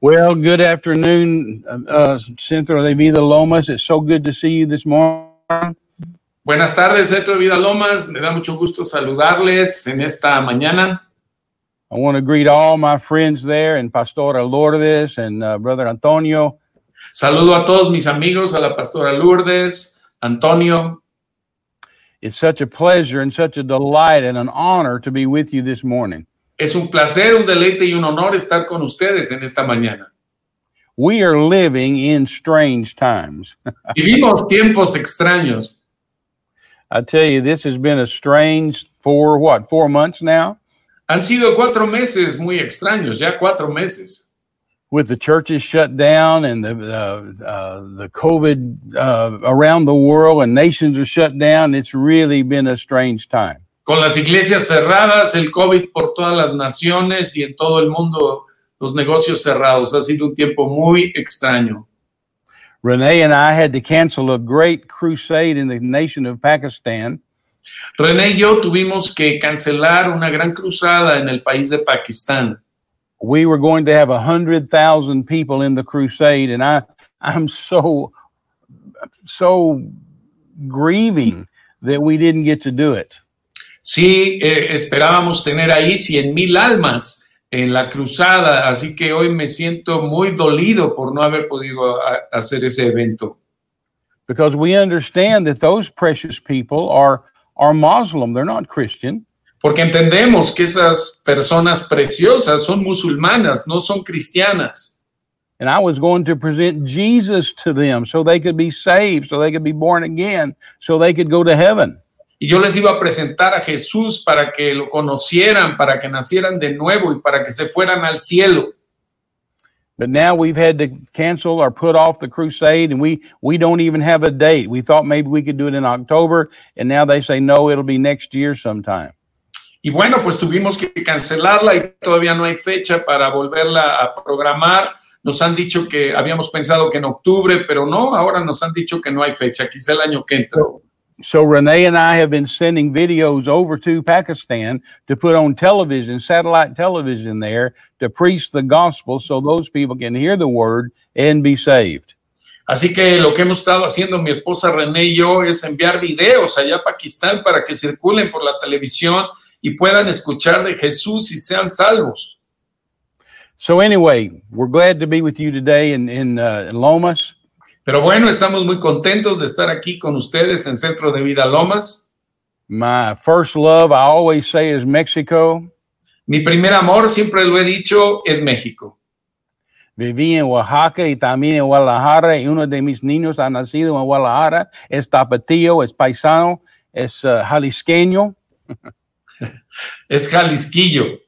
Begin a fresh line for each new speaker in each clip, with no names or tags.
Well, good afternoon, uh, Centro de Vida Lomas. It's so good to see you this morning.
Buenas tardes, Centro de Vida Lomas. Me da mucho gusto saludarles en esta mañana.
I want to greet all my friends there and Pastora Lourdes and uh, Brother Antonio.
Saludo a todos mis amigos, a la pastora Lourdes, Antonio.
It's such a pleasure and such a delight and an honor to be with you this morning.
Es un placer, un deleite y un honor estar con ustedes en esta mañana.
We are living in strange times.
Vivimos tiempos extraños.
I tell you, this has been a strange for what, four months now?
Han sido cuatro meses muy extraños, ya cuatro meses.
With the churches shut down and the uh, uh, the COVID uh, around the world and nations are shut down, it's really been a strange time.
Con las iglesias cerradas, el COVID por todas las naciones y en todo el mundo, los negocios cerrados. Ha sido un tiempo muy extraño.
Renee and I had to cancel a great crusade in the nation of Pakistan
René y yo tuvimos que cancelar una gran cruzada en el país de Pakistán.
we were going to have 100,000 people in the crusade and I I'm so so grieving that we didn't get to do it.
Sí, eh, esperábamos tener ahí 100 mil almas en la cruzada, así que hoy me siento muy dolido por no haber podido a- hacer ese evento.
because we understand that those precious people are are Muslim, they're not Christian.
Porque entendemos que esas personas preciosas son musulmanas, no son cristianas.
And I was going to present Jesus to them so they could be saved, so they could be born again, so they could go to heaven.
Y yo les iba a presentar a Jesús para que lo conocieran, para que nacieran de nuevo y para que se fueran al cielo.
But now we've had to cancel or put off the crusade and we we don't even have a date. We thought maybe we could do it in October and now they say no, it'll be next year sometime.
Y bueno, pues tuvimos que cancelarla y todavía no hay fecha para volverla a programar. Nos han dicho que habíamos pensado que en octubre, pero no, ahora nos han dicho que no hay fecha, quizá el año que entra.
So Renee and I have been sending videos over to Pakistan to put on television, satellite television there to preach the gospel so those people can hear the word and be saved.
Así que lo que hemos estado haciendo mi esposa René y yo es enviar videos allá a Pakistán para que circulen por la televisión y puedan escuchar de Jesús y sean salvos.
So anyway, we're glad to be with you today in in, uh, in Lomas.
Pero bueno, estamos muy contentos de estar aquí con ustedes en Centro de Vida Lomas.
My first love, I always say, is Mexico.
Mi primer amor, siempre lo he dicho, es México.
Viví en Oaxaca y también en Guadalajara. Y uno de mis niños ha nacido en Guadalajara. Es tapatío, es paisano, es uh, jalisqueño.
es Jalisquillo.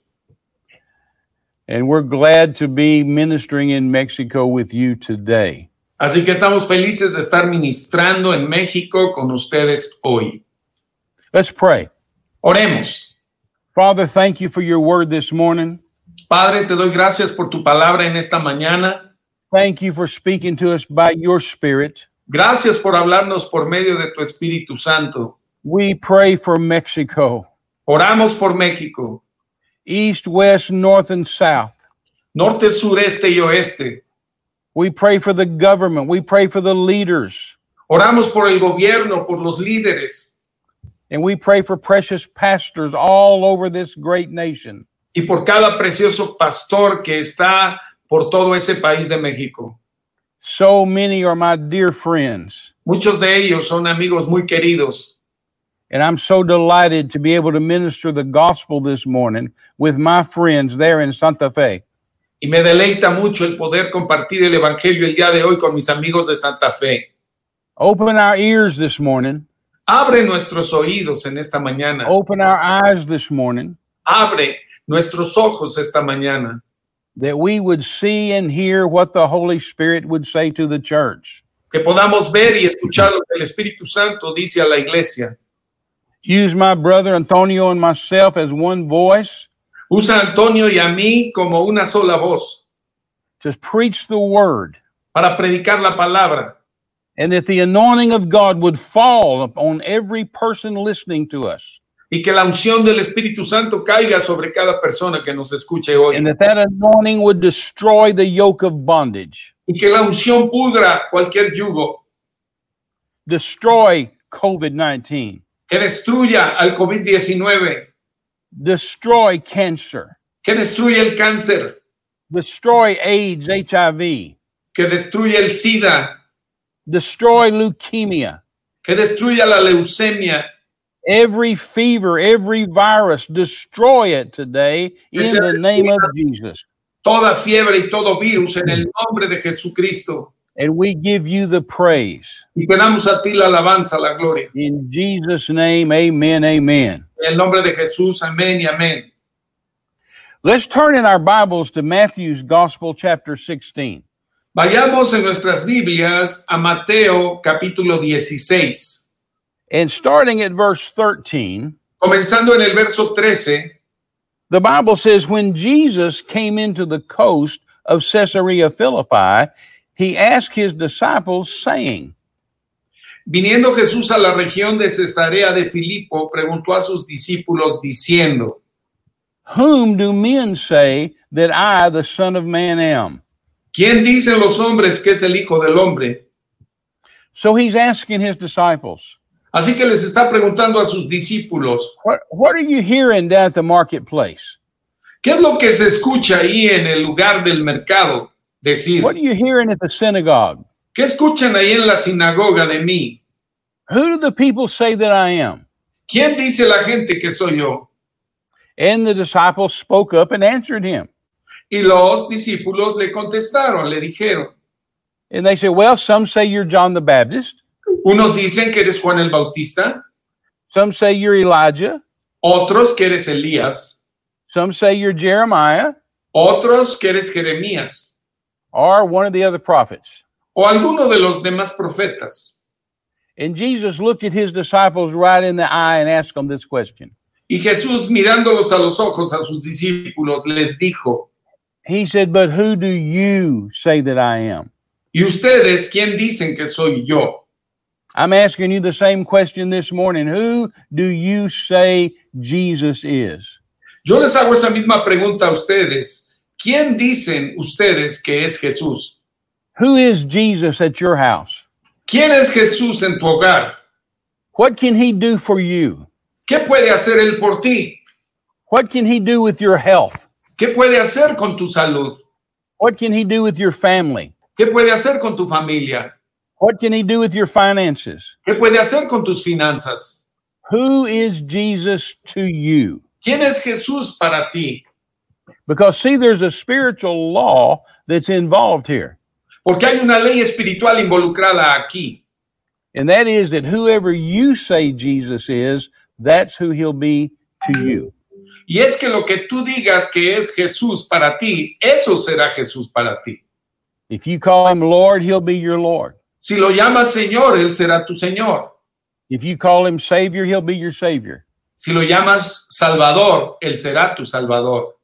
And we're glad to be ministering in Mexico with you today.
Así que estamos felices de estar ministrando en México con ustedes hoy.
Let's pray.
Oremos.
Father, thank you for your word this morning.
Padre, te doy gracias por tu palabra en esta mañana.
Thank you for speaking to us by your spirit.
Gracias por hablarnos por medio de tu Espíritu Santo.
We pray for Mexico,
Oramos por México,
east, west, north, and south.
norte, sureste y oeste.
We pray for the government. We pray for the leaders.
Oramos por el gobierno, por los líderes
And we pray for precious pastors all over this great nation.
y por cada precioso pastor que está por todo ese país de México.
So many are my dear friends,
Muchos de ellos son amigos muy queridos
and I'm so delighted to be able to minister the gospel this morning with my friends there in Santa Fe.
Y me deleita mucho el poder compartir el Evangelio el día de hoy con mis amigos de Santa Fe.
Open our ears this morning,
Abre nuestros oídos en esta mañana.
open our eyes this morning,
Abre nuestros ojos esta mañana
that we would see and hear what the Holy Spirit would say to the church.
que podamos ver y escuchar lo que el Espíritu Santo dice a la iglesia.
Use my brother Antonio and myself as one voice
Usa a Antonio y a mí como una sola voz
to preach the word,
para predicar la palabra
and that the anointing of God would fall upon every person listening to us.
y que la unción del Espíritu Santo caiga sobre cada persona que nos escuche hoy.
and that that anointing would destroy the yoke of bondage,
Y que la unción pudra cualquier yugo,
destroy COVID 19,
que destruya al COVID-19,
destroy cancer,
que destruya el cáncer,
destroy AIDS, HIV,
que destruya el SIDA,
destroy leukemia,
que destruya la leucemia,
every fever, every virus, destroy it today in the name of Jesus.
toda fiebre y todo virus en el nombre de Jesucristo.
And we give you the praise.
Y te damos a ti la alabanza, la gloria.
In Jesus' name, amen, amen.
En el nombre de Jesús, amén y amén.
Let's turn in our Bibles to Matthew's Gospel, chapter 16.
Vayamos en nuestras Biblias a Mateo capítulo 16,
And starting at verse 13,
comenzando en el verso 13.
the Bible says, When Jesus came into the coast of Caesarea Philippi, he asked his disciples, saying,
Viniendo Jesús a la región de Cesarea de Filipo, preguntó a sus discípulos diciendo,
Whom do men say that I, the Son of Man, am?
¿quién dicen los hombres que es el Hijo del Hombre?
So he's asking his disciples,
Así que les está preguntando a sus discípulos,
What, what are you hearing down at the marketplace?
¿qué es lo que se escucha ahí en el lugar del mercado? Decir,
What are you hearing at the synagogue?
¿qué escuchan ahí en la sinagoga de mí?
Who do the people say that I am?
¿Quién dice la gente que soy yo?
And the disciples spoke up and answered him.
Y los discípulos le contestaron, le dijeron,
And they said, Well, some say you're John the Baptist,
unos dicen que eres Juan el Bautista,
some say you're Elijah,
otros que eres Elías,
some say you're Jeremiah
otros que eres Jeremías
or one of the other prophets.
o alguno de los demás profetas.
And Jesus looked at his disciples right in the eye and asked them this question.
Y Jesús mirándolos a los ojos a sus discípulos les dijo,
He said, But who do you say that I am?
¿y ustedes quién dicen que soy yo?
I'm asking you the same question this morning. Who do you say Jesus is?
Yo les hago esa misma pregunta a ustedes. ¿Quién dicen ustedes que es Jesús?
Who is Jesus at your house?
¿Quién es Jesús en tu hogar?
What can he do for you?
¿Qué puede hacer Él por ti?
What can he do with your health?
¿Qué puede hacer con tu salud?
What can he do with your family?
¿Qué puede hacer con tu familia?
What can he do with your finances?
¿Qué puede hacer con tus finanzas?
Who is Jesus to you?
¿Quién es Jesús para ti?
Because see, there's a spiritual law that's involved here.
Porque hay una ley espiritual involucrada aquí.
And that is that whoever you say Jesus is, that's who he'll be to you.
Y es que lo que tú digas que es Jesús para ti, eso será Jesús para ti.
If you call him Lord, he'll be your Lord.
Si lo llamas Señor, Él será tu Señor.
If you call him Savior, he'll be your Savior.
Si lo llamas Salvador, Él será tu Salvador.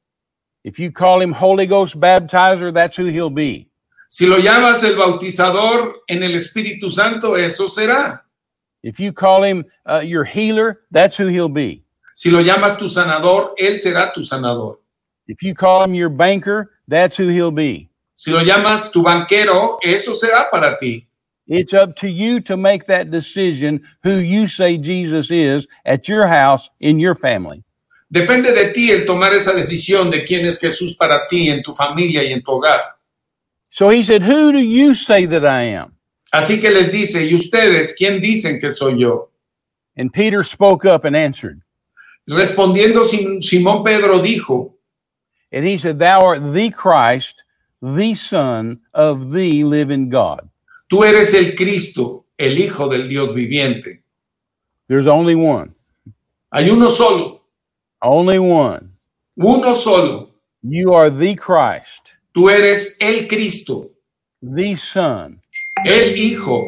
If you call him Holy Ghost baptizer, that's who he'll be.
Si lo llamas el bautizador en el Espíritu Santo, eso será.
If you call him uh, your healer, that's who he'll be.
Si lo llamas tu sanador, Él será tu sanador.
If you call him your banker, that's who he'll be.
Si lo llamas tu banquero, eso será para ti.
It's up to you to make that decision who you say Jesus is at your house, in your family.
Depende de ti el tomar esa decisión de quién es Jesús para ti en tu familia y en tu hogar.
So he said, Who do you say that I am?
Así que les dice, ¿y ustedes quién dicen que soy yo?
And Peter spoke up and answered.
Respondiendo Sim- Simón Pedro dijo,
And he said, Thou art the Christ, the Son of the living God.
tú eres el Cristo, el Hijo del Dios viviente.
There's only one,
Hay uno solo,
only one.
uno solo.
You are the Christ,
Tú eres el Cristo,
the Son
el Hijo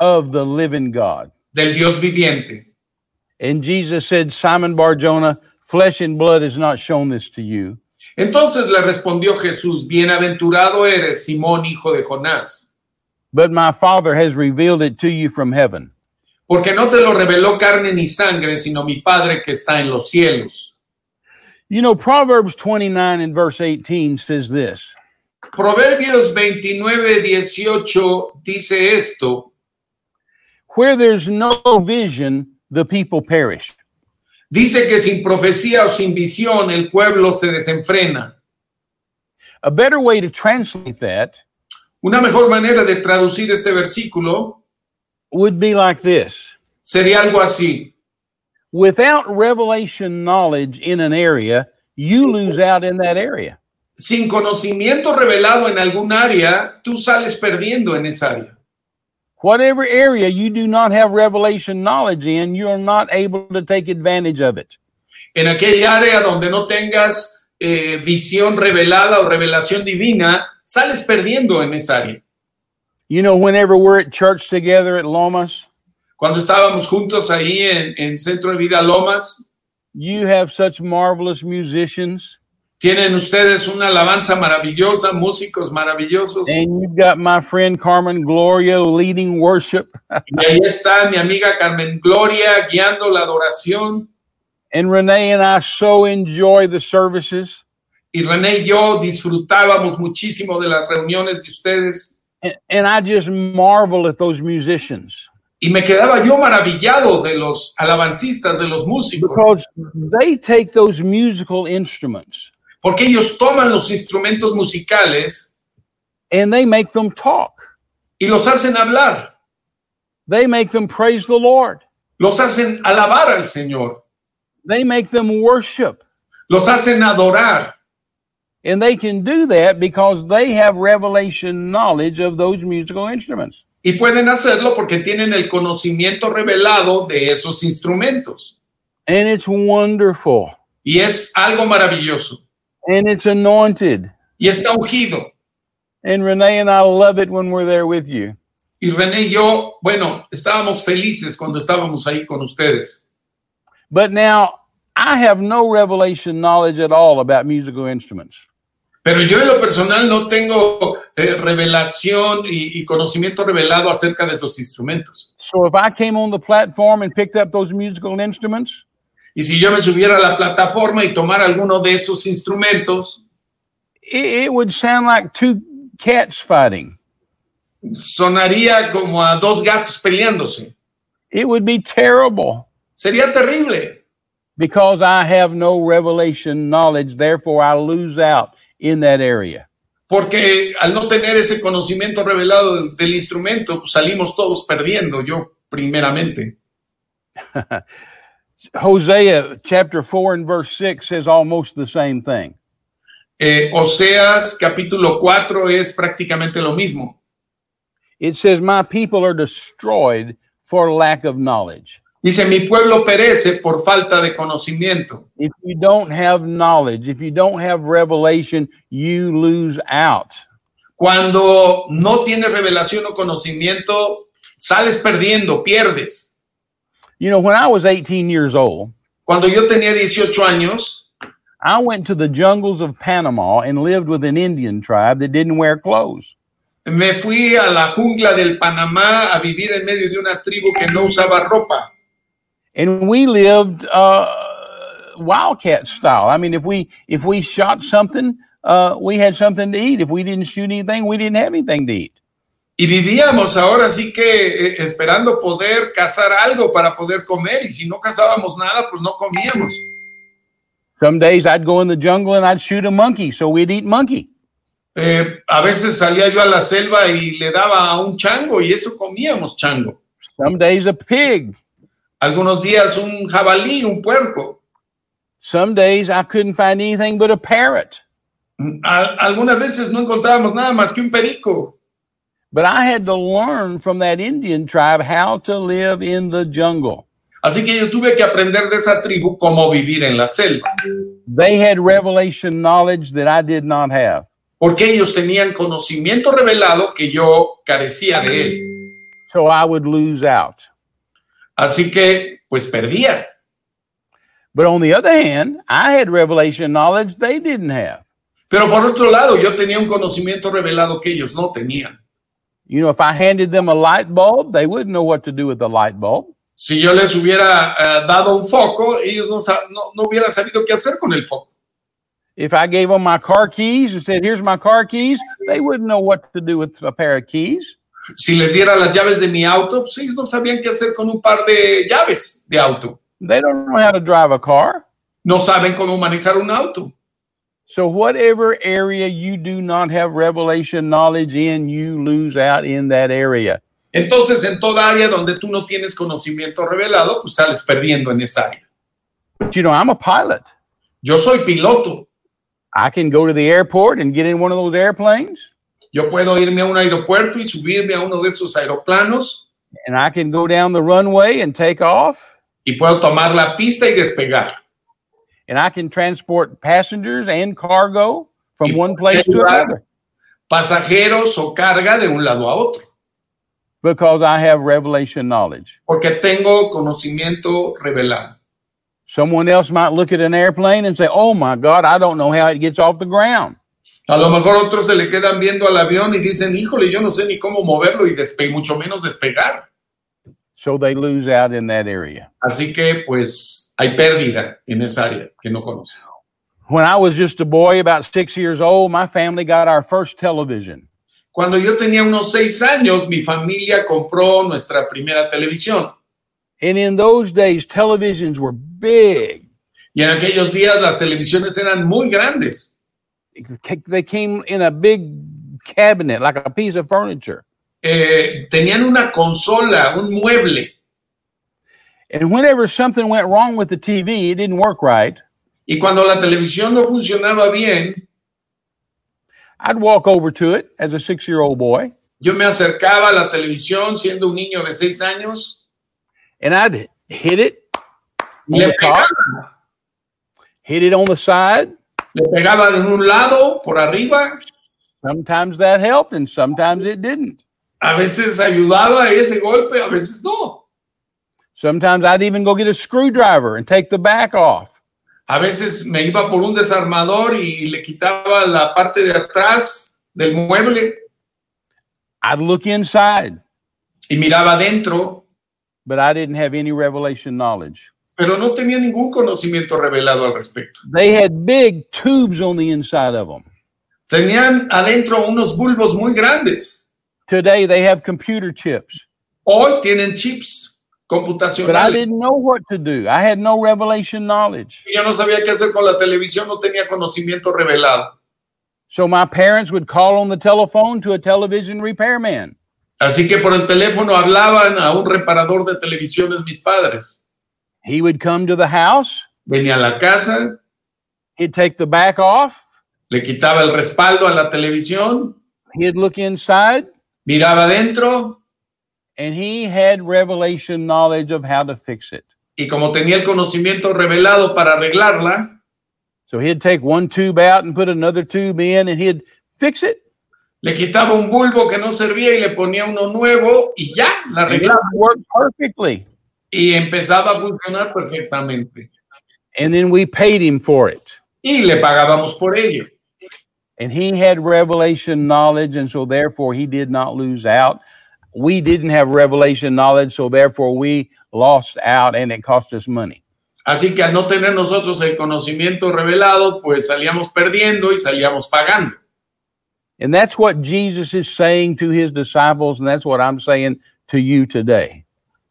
of the living God.
del Dios viviente.
And Jesus said, Simon Barjona, flesh and blood has not shown this to you,
Entonces le respondió Jesús, bienaventurado eres, Simón, hijo de Jonás,
but my Father has revealed it to you from heaven.
porque no te lo reveló carne ni sangre, sino mi Padre que está en los cielos.
You know, Proverbs 29 and verse 18 says this
Proverbios 29, 18 dice esto,
Where there's no vision, the people perish.
dice que sin profecía o sin visión el pueblo se desenfrena.
A better way to translate that
Una mejor manera de traducir este versículo
would be like this
sería algo así.
Without revelation knowledge in an area, you lose out in that area.
Sin conocimiento revelado en algún área, tú sales perdiendo en esa área.
Whatever area you do not have revelation knowledge in, you're not able to take advantage of it.
En aquella área donde no tengas eh, visión revelada o revelación divina, sales perdiendo en esa área.
You know, whenever we're at church together at Lomas,
Cuando estábamos juntos ahí en, en Centro de Vida Lomas,
you have such marvelous musicians,
tienen ustedes una alabanza maravillosa, músicos maravillosos.
and you've got my friend Carmen Gloria leading worship.
Y ahí está mi amiga Carmen Gloria guiando la adoración.
And Renee and I so enjoy the services.
Y René y yo disfrutábamos muchísimo de las reuniones de ustedes.
And, and I just marvel at those musicians
Y me quedaba yo maravillado de los alabancistas, de los músicos,
because they take those musical instruments
porque ellos toman los instrumentos musicales
and they make them talk.
y los hacen hablar,
They make them praise the Lord.
los hacen alabar al Señor,
They make them worship.
los hacen adorar.
And they can do that because they have revelation knowledge of those musical instruments.
Y pueden hacerlo porque tienen el conocimiento revelado de esos instrumentos.
And it's wonderful.
Y es algo maravilloso.
And it's anointed.
Y está ungido.
And Renee and I love it when we're there with you.
Y René y yo, bueno, estábamos felices cuando estábamos ahí con ustedes.
But now I have no revelation knowledge at all about musical instruments.
Pero yo en lo personal no tengo eh, revelación y, y conocimiento revelado acerca de esos instrumentos.
So if I came on the platform and picked up those musical instruments,
Y si yo me subiera a la plataforma y tomara alguno de esos instrumentos,
it, it would sound like two cats fighting.
sonaría como a dos gatos peleándose.
It would be terrible
Sería terrible,
because I have no revelation knowledge. Therefore, I lose out in that area.
porque al no tener ese conocimiento revelado del, del instrumento, pues salimos todos perdiendo, yo primeramente.
Hosea chapter 4 and verse 6 says almost the same thing.
Eh, Oseas capítulo 4 es prácticamente lo mismo.
It says, My people are destroyed for lack of knowledge.
Dice, mi pueblo perece por falta de conocimiento.
If you don't have knowledge, if you don't have revelation, you lose out.
Cuando no tienes revelación o conocimiento, sales perdiendo, pierdes.
You know, when I was 18 years old,
Cuando yo tenía 18 años,
I went to the jungles of Panama and lived with an Indian tribe that didn't wear clothes.
me fui a la jungla del Panamá a vivir en medio de una tribu que no usaba ropa.
And we lived uh, wildcat style. I mean, if we if we shot something, uh, we had something to eat. If we didn't shoot anything, we didn't have anything to eat.
Y vivíamos ahora sí que eh, esperando poder cazar algo para poder comer. Y si no cazábamos nada, pues no comíamos.
Some days I'd go in the jungle and I'd shoot a monkey, so we'd eat monkey.
Eh, a veces salía yo a la selva y le daba a un chango y eso comíamos chango.
Some days a pig.
algunos días un jabalí, un puerco.
Some days I couldn't find anything but a parrot.
Al- algunas veces no encontrábamos nada más que un perico.
But I had to learn from that Indian tribe how to live in the jungle.
Así que yo tuve que aprender de esa tribu cómo vivir en la selva,
They had revelation knowledge that I did not have.
porque ellos tenían conocimiento revelado que yo carecía de él.
So I would lose out.
Así que, pues perdía.
But on the other hand, I had revelation knowledge they didn't have.
Pero por otro lado, yo tenía un conocimiento revelado que ellos no tenían.
You know, if I handed them a light bulb, they wouldn't know what to do with the light bulb.
si yo les hubiera uh, dado un foco, ellos no, no, no hubieran sabido qué hacer con el foco.
If I gave them my car keys and said, here's my car keys, they wouldn't know what to do with a pair of keys.
Si les diera las llaves de mi auto, pues ellos no sabían qué hacer con un par de llaves de auto.
They don't know how to drive a car.
No saben cómo manejar un auto.
So, whatever area you do not have revelation knowledge in, you lose out in that area.
Entonces, en toda área donde tú no tienes conocimiento revelado, pues sales perdiendo en esa área.
But you know, I'm a pilot.
Yo soy piloto.
I can go to the airport and get in one of those airplanes,
Yo puedo irme a un aeropuerto y subirme a uno de esos aeroplanos
and I can go down the runway and take off,
y puedo tomar la pista y despegar.
and I can transport passengers and cargo from
Y
one
podré
place to
llevar
another
Pasajeros o carga de un lado a otro.
because I have revelation knowledge.
porque tengo conocimiento revelado.
Someone else might look at an airplane and say, Oh my God, I don't know how it gets off the ground.
A lo mejor otros se le quedan viendo al avión y dicen, híjole, yo no sé ni cómo moverlo y despe mucho menos despegar.
So they lose out in that area.
Así que pues hay pérdida en esa área que no conoce.
When I was just a boy, about six years old, my family got our first television.
Cuando yo tenía unos seis años, mi familia compró nuestra primera televisión.
And in those days, televisions were big.
Y en aquellos días las televisiones eran muy grandes.
They came in a big cabinet, like a piece of furniture.
Eh, tenían una consola, un mueble.
And whenever something went wrong with the TV, it didn't work right.
Y cuando la televisión no funcionaba bien,
I'd walk over to it as a six year old boy
yo me acercaba a la televisión siendo un niño de seis años
and I'd hit it,
Y le
Over top.
pegaba,
hit it on the side.
le pegaba de un lado, por arriba.
Sometimes that helped and sometimes it didn't.
A veces ayudaba ese golpe, a veces no.
Sometimes I'd even go get a screwdriver and take the back off.
A veces me iba por un desarmador y le quitaba la parte de atrás del mueble
I'd look inside,
y miraba adentro,
but I didn't have any revelation knowledge.
pero no tenía ningún conocimiento revelado al respecto.
They had big tubes on the inside of them.
Tenían adentro unos bulbos muy grandes.
Today they have computer chips,
Hoy tienen chips
but I
computacionales.
didn't know what to do. I had no revelation knowledge.
Yo no sabía qué hacer con la televisión, no tenía conocimiento revelado.
So my parents would call on the telephone to a television repairman.
Así que por el teléfono hablaban a un reparador de televisiones mis padres.
He would come to the house,
Venía a la casa,
he'd take the back off,
le quitaba el respaldo a la televisión,
he'd look inside,
miraba adentro
and he had revelation knowledge of how to fix it.
y como tenía el conocimiento revelado para arreglarla,
So he'd take one tube out and put another tube in and he'd fix it.
le quitaba un bulbo que no servía y le ponía uno nuevo y ya la
And it
arreglaba
worked perfectly.
y empezaba a funcionar perfectamente.
And then we paid him for it.
Y le pagábamos por ello.
And he had revelation knowledge. And so therefore he did not lose out. We didn't have revelation knowledge. So therefore we lost out and it cost us money.
Así que al no tener nosotros el conocimiento revelado, pues salíamos perdiendo y salíamos pagando.
And that's what Jesus is saying to his disciples. And that's what I'm saying to you today.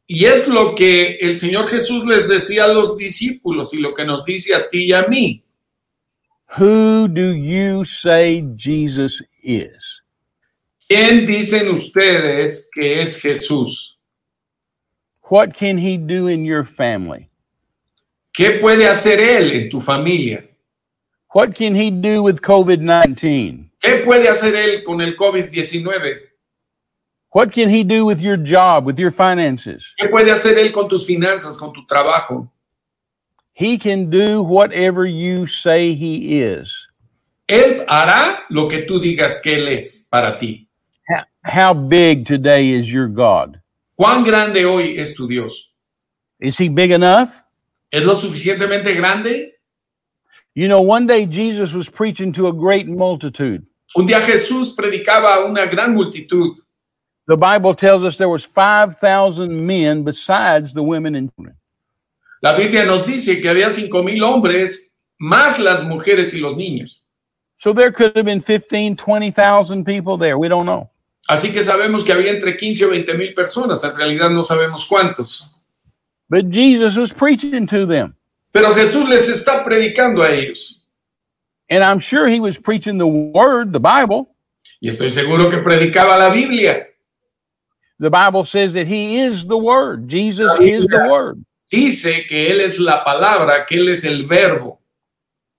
Y es lo que el Señor Jesús les decía a los discípulos y lo que nos dice a ti y a mí.
Who do you say Jesus is?
¿Quién dicen ustedes que es Jesús?
What can he do in your family?
¿Qué puede hacer Él en tu familia?
What can he do with COVID 19?
¿Qué puede hacer Él con el COVID-19?
What can he do with your job, with your finances?
¿Qué puede hacer Él con tus finanzas, con tu trabajo?
He can do whatever you say he is.
Él hará lo que tú digas que Él es para ti.
How, how big today is your God?
¿Cuán grande hoy es tu Dios?
Is he big enough?
¿Es lo suficientemente grande?
You know, one day Jesus was preaching to a great multitude,
Un día Jesús predicaba a una gran multitud
The Bible tells us there was 5,000 men besides the women and children.
La Biblia nos dice que había cinco mil hombres más las mujeres y los niños.
So there could have been 15, 20,000 people there. We don't know.
Así que sabemos que había entre 15 o 20 mil personas, en realidad no sabemos cuántos.
But Jesus was preaching to them.
Pero Jesús les está predicando a ellos.
And I'm sure he was preaching the word, the Bible.
Y estoy seguro que predicaba la Biblia.
The Bible says that he is the word. Jesus
La
is the
Biblia.
word.
Dice que Él es la palabra, que Él es el verbo.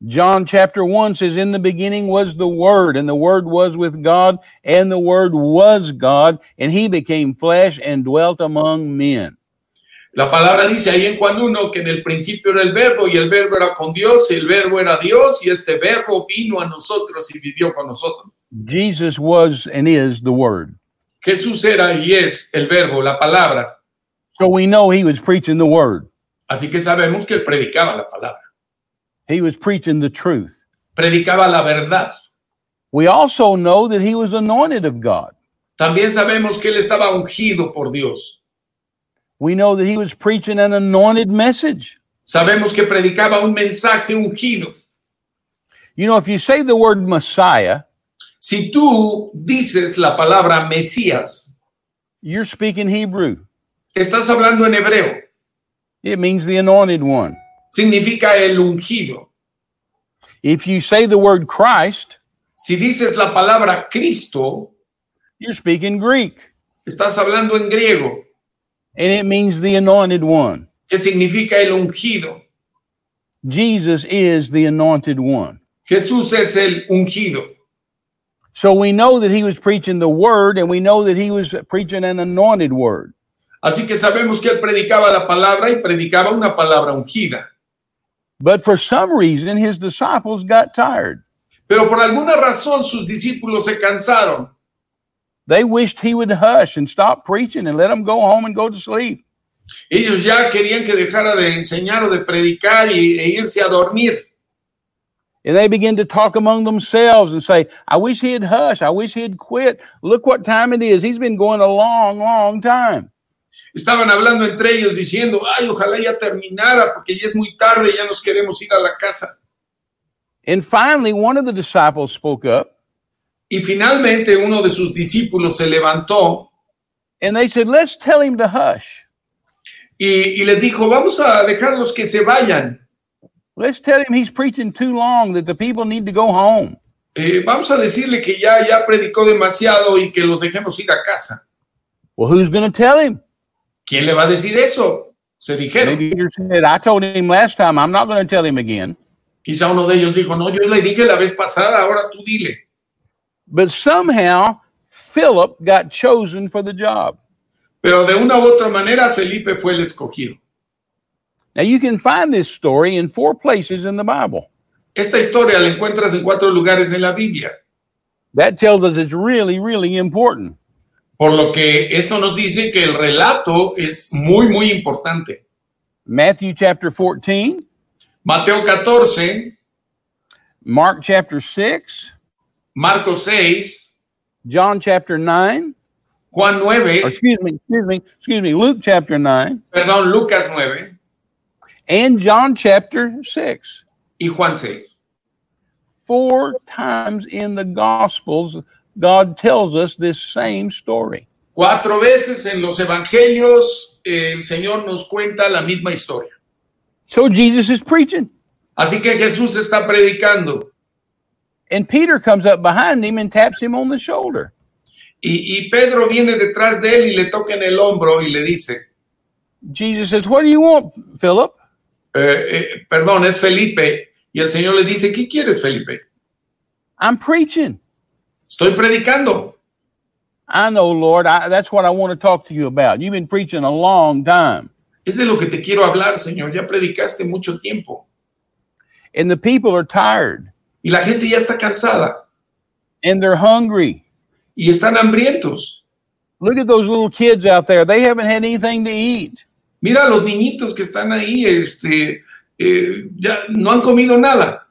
John chapter 1 says, In the beginning was the Word, and the Word was with God, and the Word was God, and he became flesh and dwelt among men.
La palabra dice ahí en Juan 1 que en el principio era el verbo y el verbo era con Dios, y el verbo era Dios y este verbo vino a nosotros y vivió con nosotros.
Jesus was and is the Word.
Jesús era y es el verbo, la palabra.
So we know he was preaching the Word,
Así que sabemos que él predicaba la palabra,
he was preaching the truth.
predicaba la verdad.
We also know that he was anointed of God.
También sabemos que él estaba ungido por Dios.
We know that he was preaching an anointed message.
Sabemos que predicaba un mensaje ungido.
You know, if you say the word Messiah,
Si tú dices la palabra Mesías,
you're speaking Hebrew.
estás hablando en hebreo,
It means the anointed one.
significa el ungido.
If you say the word Christ,
Si dices la palabra Cristo,
you're speaking Greek,
estás hablando en griego,
and it means the anointed one.
que significa el ungido.
Jesus is the anointed one.
Jesús es el ungido.
So we know that he was preaching the word, and we know that he was preaching an anointed word.
Así que sabemos que él predicaba la palabra y predicaba una palabra ungida.
But for some reason, his disciples got tired.
Pero por alguna razón sus discípulos se cansaron.
They wished he would hush and stop preaching and let them go home and go to sleep.
Ellos ya querían que dejara de enseñar o de predicar y, e irse a dormir.
And they begin to talk among themselves and say, I wish he'd hush. I wish he'd quit. Look what time it is. He's been going a long, long time.
Estaban hablando entre ellos diciendo, ay, ojalá ya terminara porque ya es muy tarde, ya nos queremos ir a la casa.
And finally, one of the disciples spoke up
Y finalmente uno de sus discípulos se levantó
and they said, Let's tell him to hush.
y, y les dijo, vamos a dejarlos que se vayan.
Let's tell him he's preaching too long, that the people need to go home.
Eh, vamos a decirle que ya, ya predicó demasiado y que los dejemos ir a casa.
Well, who's going to tell him?
¿Quién le va a decir eso? Se dijeron.
Maybe Peter said, I told him last time, I'm not going to tell him again.
Quizá uno de ellos dijo, no, yo le dije la vez pasada, ahora tú dile.
But somehow, Philip got chosen for the job.
Pero de una u otra manera, Felipe fue el escogido.
Now, you can find this story in four places in the Bible.
Esta historia la encuentras en cuatro lugares en la Biblia,
That tells us it's really, really important.
por lo que esto nos dice que el relato es muy, muy importante.
Matthew chapter 14,
Mateo 14,
Mark chapter 6,
Marcos 6,
John chapter 9,
Juan
or
9,
excuse me, excuse me, excuse me, Luke chapter 9,
perdón, Lucas 9
and John chapter 6.
y Juan 6.
Four times in the Gospels, God tells us this same story.
Cuatro veces en los evangelios eh, el Señor nos cuenta la misma historia.
So Jesus is preaching,
Así que Jesús está predicando.
and Peter comes up behind him and taps him on the shoulder.
Y, y Pedro viene detrás de él y le toca en el hombro y le dice,
Jesus says, What do you want, Philip?
eh, eh, perdón, es Felipe. Y el Señor le dice, ¿qué quieres, Felipe?
I'm preaching.
Estoy predicando.
I know, Lord, I, that's what I want to talk to you about. You've been preaching a long time.
Es de lo que te quiero hablar, Señor. Ya predicaste mucho tiempo.
And the people are tired
Y la gente ya está cansada
and they're hungry.
y están hambrientos.
Look at those little kids out there. They haven't had anything to eat.
Mira a los niñitos que están ahí, este, eh, ya no han comido nada.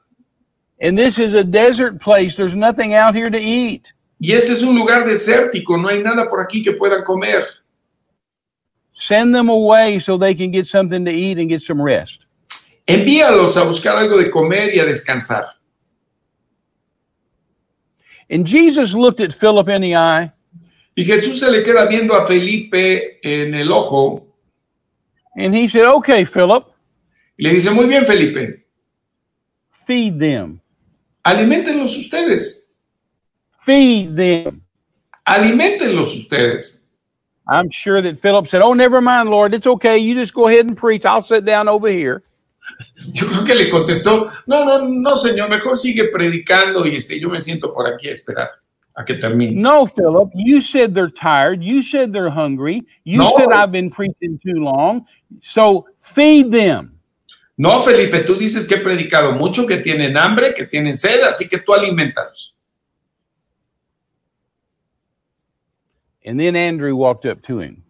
And this is a desert place. There's nothing out here to eat.
Y este es un lugar desértico, no hay nada por aquí que puedan comer.
Send them away so they can get something to eat and get some rest.
Envíalos a buscar algo de comer y a descansar.
And Jesus looked at Philip in the eye
Y Jesús se le queda viendo a Felipe en el ojo
and he said, Okay, Philip,
y le dice, muy bien Felipe,
feed them,
alimentenlos ustedes,
feed them.
alimentenlos ustedes.
I'm sure that Philip said, Oh, never mind, Lord. It's okay. You just go ahead and preach. I'll sit down over here.
Yo creo que le contestó, no, no, no señor, mejor sigue predicando y este, yo me siento por aquí a esperar a que termine.
No, Philip, you said they're tired. You said they're hungry. You
No.
said I've been preaching too long. So feed them.
No, Felipe, tú dices que he predicado mucho, que tienen hambre, que tienen sed, así que tú alimentalos.
And then Andrew walked up to him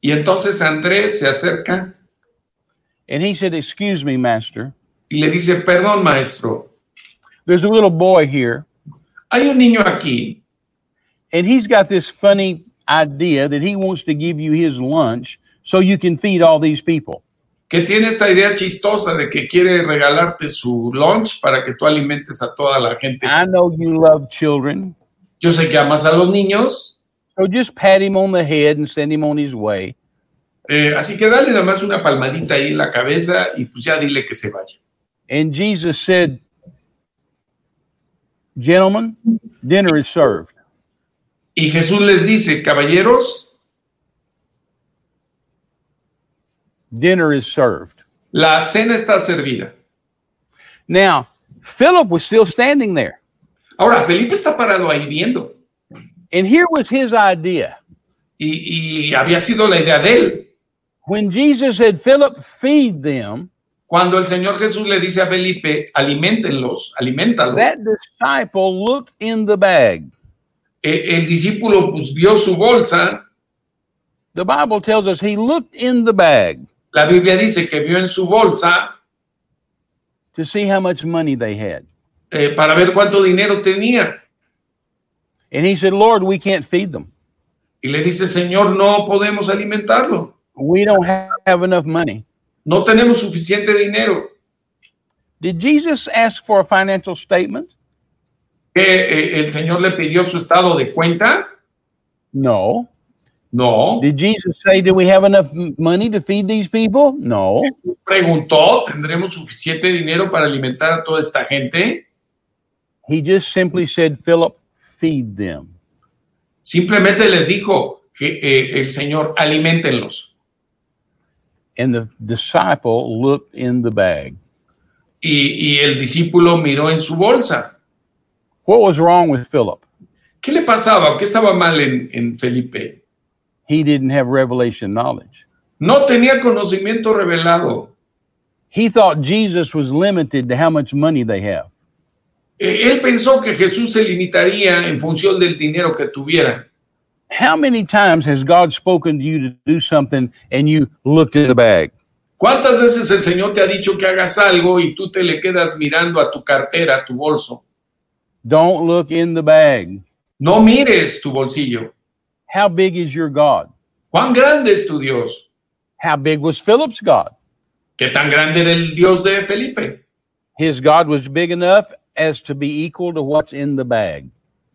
Y entonces Andrés se acerca
and he said, Excuse me, master.
y le dice, perdón, maestro,
There's a little boy here
hay un niño aquí
and he's got this funny idea that he wants to give you his lunch so you can feed all these people.
que tiene esta idea chistosa de que quiere regalarte su lunch para que tú alimentes a toda la gente.
I know you love children.
Yo sé que amas a los niños,
So just pat him on the head and send him on his way.
eh, así que dale nada más una palmadita ahí en la cabeza y pues ya dile que se vaya.
And Jesus said, Gentlemen, dinner is served.
Y Jesús les dice, caballeros,
Dinner is served.
la cena está servida.
Now, Philip was still standing there.
Ahora, Felipe está parado ahí viendo
And here was his idea.
y, y había sido la idea de él.
When Jesus said, Philip, feed them,
Cuando el Señor Jesús le dice a Felipe, alimentenlos, aliméntalos,
that disciple looked in the bag.
eh, el discípulo pues, vio su bolsa,
The Bible tells us he looked in the bag
la Biblia dice que vio en su bolsa
to see how much money they had.
eh, para ver cuánto dinero tenía.
And he said, Lord, we can't feed them.
Y le dice, Señor, no podemos alimentarlo,
We don't ha- have enough money.
no tenemos suficiente dinero.
Did Jesus ask for a financial statement?
¿Qué, eh, ¿El Señor le pidió su estado de cuenta?
No.
No.
Did Jesus say, Do we have enough m- money to feed these people? No.
Preguntó, ¿tendremos suficiente dinero para alimentar a toda esta gente?
He just simply said, Philip, feed them.
Simplemente les dijo que eh, el Señor, alimentenlos.
And the disciple looked in the bag.
Y, y el discípulo miró en su bolsa.
What was wrong with Philip?
¿Qué le pasaba? ¿Qué estaba mal en, en Felipe?
He didn't have revelation knowledge.
No tenía conocimiento revelado.
He thought Jesus was limited to how much money they have.
Eh, él pensó que Jesús se limitaría en función del dinero que tuviera.
How many times has God spoken to you to do something and you looked in the bag?
¿Cuántas veces el Señor te ha dicho que hagas algo y tú te le quedas mirando a tu cartera, a tu bolso?
Don't look in the bag.
No mires tu bolsillo.
How big is your God?
¿Cuán grande es tu Dios?
How big was Philip's God?
¿Qué tan grande era el Dios de Felipe?
His God was big enough as to be equal to what's in the bag.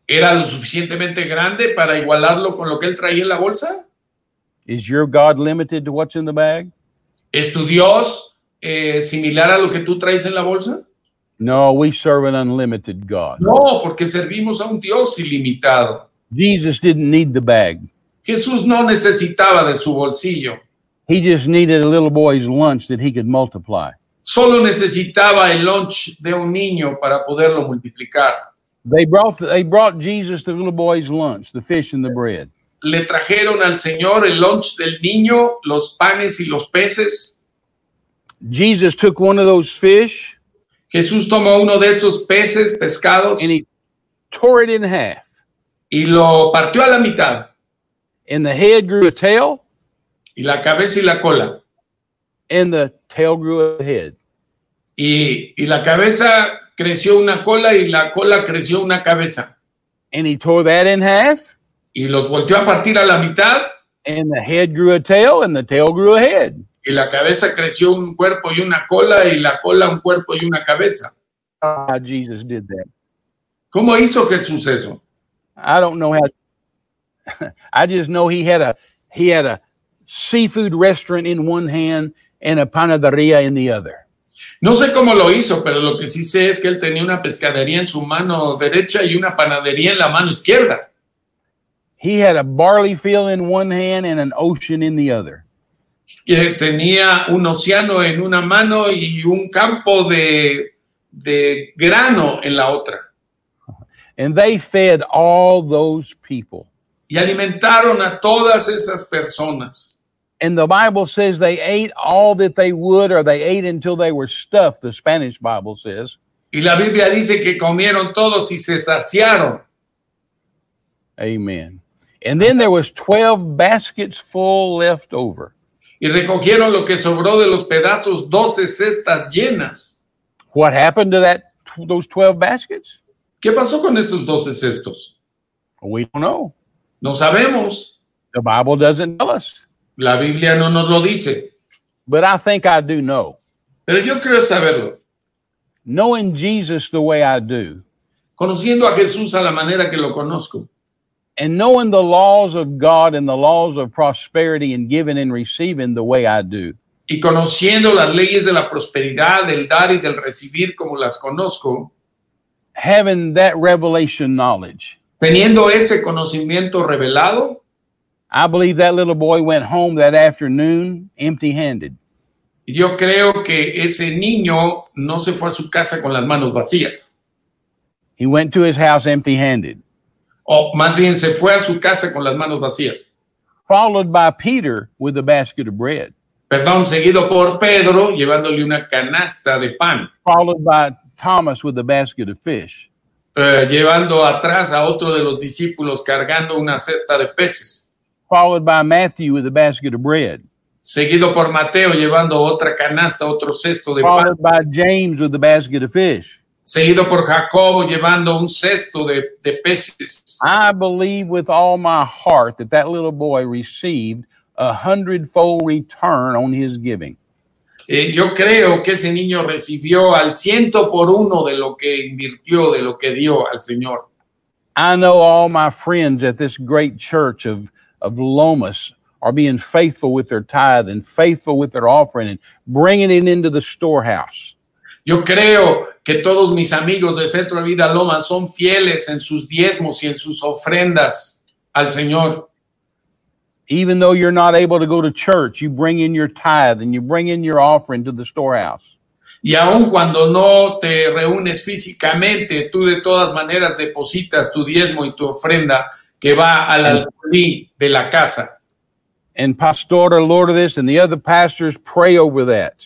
¿Era lo suficientemente grande para igualarlo con lo que él traía en la bolsa?
Is your God limited to what's in the bag?
¿Es tu Dios eh, similar a lo que tú traes en la bolsa?
No, we serve an unlimited God.
No, porque servimos a un Dios ilimitado.
Jesus didn't need the bag.
Jesús no necesitaba de su bolsillo,
He just needed a little boy's lunch that he could multiply.
solo necesitaba el lunch de un niño para poderlo multiplicar.
They brought they brought Jesus the little boy's lunch, the fish and the bread.
Le trajeron al Señor el lunch del niño, los panes y los peces.
Jesus took one of those fish
Jesús tomó uno de esos peces, pescados,
and he tore it in half.
y lo partió a la mitad,
And the head grew a tail,
y la cabeza y la cola.
and the tail grew a head.
Y, y la cabeza creció una cola y la cola creció una cabeza.
and he tore that in half,
y los volteó a partir a la mitad
and the head grew a tail, and the tail grew a head.
y la cabeza creció un cuerpo y una cola y la cola un cuerpo y una cabeza.
How Jesus did that.
¿Cómo hizo Jesús eso?
I don't know how. I just know he had a he had a seafood restaurant in one hand and a panaderia in the other.
No sé cómo lo hizo, pero lo que sí sé es que él tenía una pescadería en su mano derecha y una panadería en la mano izquierda.
He had a barley field in one hand and an ocean in the other.
que tenía un océano en una mano y un campo de, de grano en la otra.
And they fed all those people.
Y alimentaron a todas esas personas.
And the Bible says they ate all that they would, or they ate until they were stuffed, the Spanish Bible says.
Y la Biblia dice que comieron todos y se saciaron.
Amen. And then there was 12 baskets full left over.
Y recogieron lo que sobró de los pedazos, 12 cestas llenas.
What happened to that those 12 baskets?
¿Qué pasó con esos 12 cestos?
We don't know.
No sabemos.
The Bible doesn't tell us.
La Biblia no nos lo dice.
But I think I do know.
Pero yo creo saberlo.
Knowing Jesus the way I do,
Conociendo a Jesús a la manera que lo conozco.
and knowing the laws of God and the laws of prosperity and giving and receiving the way I do,
y conociendo las leyes de la prosperidad, del dar y del recibir como las conozco,
having that revelation knowledge,
teniendo ese conocimiento revelado,
I believe that little boy went home that afternoon empty handed.
yo creo que ese niño no se fue a su casa con las manos vacías,
He went to his house empty handed,
o más bien se fue a su casa con las manos vacías.
followed by Peter with a basket of bread,
Perdón, seguido por Pedro llevándole una canasta de pan,
followed by Thomas with a basket of fish.
eh, llevando atrás a otro de los discípulos cargando una cesta de peces,
followed by Matthew with a basket of bread,
seguido por Mateo llevando otra canasta, otro cesto de pan.
followed by James with a basket of fish.
seguido por Jacobo llevando un cesto de, de peces.
I believe with all my heart that that little boy received a hundredfold return on his giving.
Eh, yo creo que ese niño recibió al ciento por uno de lo que invirtió, de lo que dio al Señor.
I know all my friends at this great church of, of Lomas are being faithful with their tithe and faithful with their offering and bringing it into the storehouse.
Yo creo que todos mis amigos de Centro de Vida Loma son fieles en sus diezmos y en sus ofrendas al Señor.
Even though you're not able to go to church, you bring in your tithe and you bring in your offering to the storehouse.
Y aun cuando no te reúnes físicamente, tú de todas maneras depositas tu diezmo y tu ofrenda que va al alfolí de la casa.
and Pastor Lourdes and the other pastors pray over that.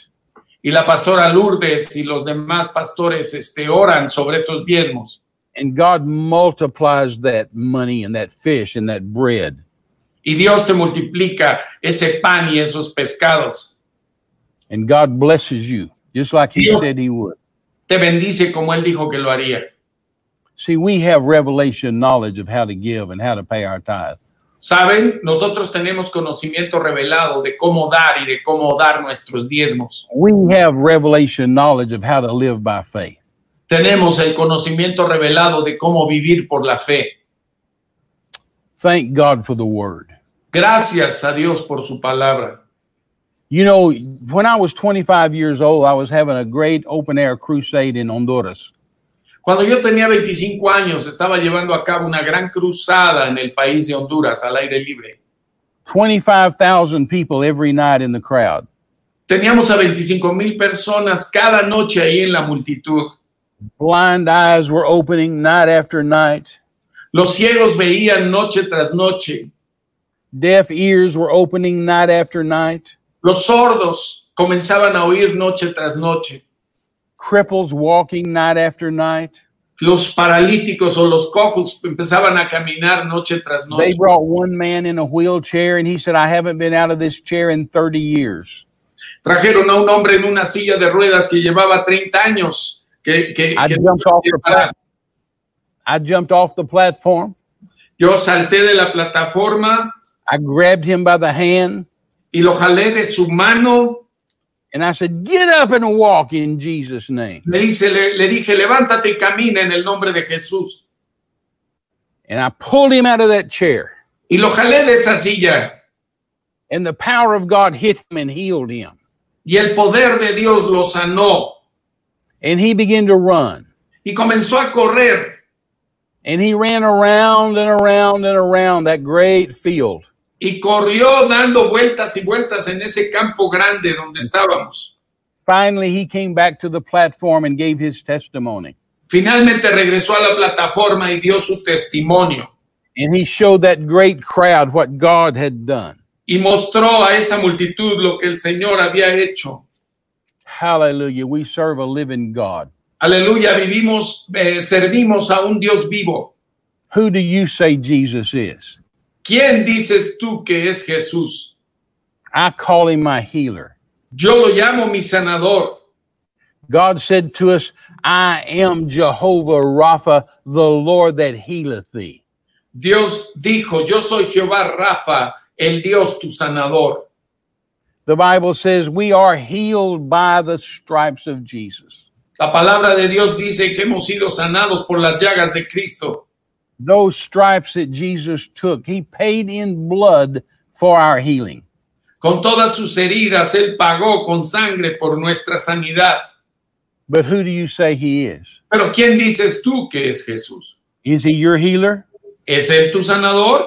y la pastora Lourdes y los demás pastores este, oran sobre esos diezmos
And God multiplies that money and that fish and that bread.
y Dios te multiplica ese pan y esos pescados.
And God blesses you, just like He
Yeah.
said He would.
Te bendice como Él dijo que lo haría.
See, we have revelation knowledge of how to give and how to pay our tithe.
Saben, nosotros tenemos conocimiento revelado de cómo dar y de cómo dar nuestros diezmos.
We have revelation knowledge of how to live by faith.
Tenemos el conocimiento revelado de cómo vivir por la fe.
Thank God for the word.
Gracias a Dios por su palabra.
You know, when I was 25 years old, I was having a great open air crusade in Honduras.
Cuando yo tenía 25 años, estaba llevando a cabo una gran cruzada en el país de Honduras al aire libre.
25,000 people every night in the crowd.
Teníamos a 25 mil personas cada noche ahí en la multitud.
blind eyes were opening night after night
Los ciegos veían noche tras noche.
deaf ears were opening night after night
Los sordos comenzaban a oír noche tras noche.
cripples walking night after night
Los paralíticos o los cojos empezaban a caminar noche tras
they
noche.
brought one man in a wheelchair and he said i haven't been out of this chair in 30 years
Trajeron a un hombre en una silla de ruedas que llevaba 30 años. Que, que-
i
que-
jumped off the
para-
platform I jumped off the platform.
Yo salté de la plataforma
I grabbed him by the hand
y lo jalé de su mano.
and I said, Get up and walk in Jesus' name.
Le, hice- le- le dije, levántate y camina en el nombre de Jesús.
And I pulled him out of that chair.
Y lo jalé de esa silla.
And the power of God hit him and healed him.
Y el poder de Dios lo sanó.
And he began to run.
Y comenzó a correr.
And he ran around and around and around that great field.
Y corrió dando vueltas y vueltas en ese campo grande donde estábamos.
Finally, he came back to the platform and gave his testimony.
Finalmente regresó a la plataforma y dio su testimonio.
And he showed that great crowd what God had done.
Y mostró a esa multitud lo que el Señor había hecho.
Hallelujah. We serve a living God.
Aleluya, vivimos, eh, servimos a un Dios vivo.
Who do you say Jesus is?
¿Quién dices tú que es Jesús?
I call him my healer.
Yo lo llamo mi sanador.
God said to us, I am Jehovah Rapha, the Lord that healeth thee.
Dios dijo, yo soy Jehová Rafa, el Dios tu sanador.
The Bible says we are healed by the stripes of Jesus.
La palabra de Dios dice que hemos sido sanados por las llagas de Cristo.
Those stripes that Jesus took, he paid in blood for our healing.
Con todas sus heridas, Él pagó con sangre por nuestra sanidad.
But who do you say he is?
Pero ¿quién dices tú que es Jesús?
Is he your healer?
¿Es Él tu sanador?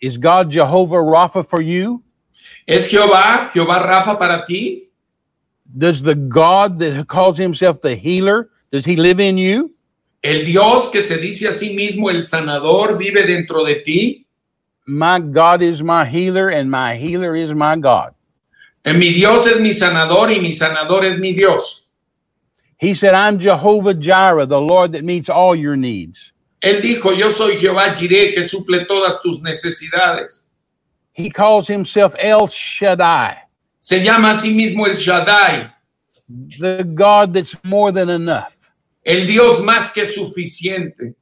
Is God Jehovah Rapha for you?
¿Es Jehová, Jehová Rafa para ti?
Does the God that calls himself the healer, does he live in you?
¿El Dios que se dice a sí mismo el sanador vive dentro de ti?
My God is my healer and my healer is my God.
Eh, Mi Dios es mi sanador y mi sanador es mi Dios.
He said, I'm Jehovah Jireh, the Lord that meets all your needs.
Él dijo, yo soy Jehová Jireh, que suple todas tus necesidades.
He calls himself El Shaddai,
Se llama a sí mismo el Shaddai,
the God that's more than enough,
el Dios más que suficiente,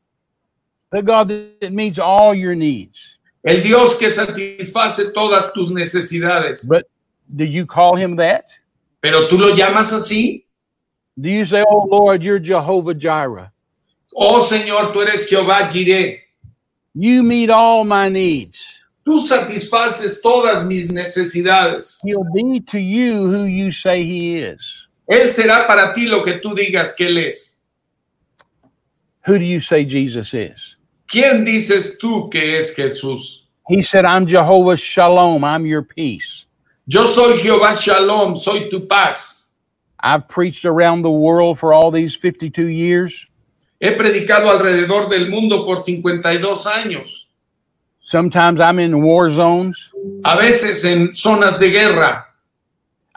the God that meets all your needs.
el Dios que satisface todas tus necesidades.
But do you call him that?
Pero tú lo llamas así.
Do you say, Oh Lord, you're Jehovah Jireh?
Oh Señor, tú eres Jehová Jireh.
You meet all my needs.
Tú satisfaces todas mis necesidades.
He'll be to you who you say he is.
Él será para ti lo que tú digas que Él es.
Who do you say Jesus is?
¿Quién dices tú que es Jesús?
He said, I'm Jehovah Shalom, I'm your peace.
Yo soy Jehová Shalom, soy tu paz.
I've preached around the world for all these 52 years.
He predicado alrededor del mundo por 52 años,
Sometimes I'm in war zones
a veces en zonas de guerra,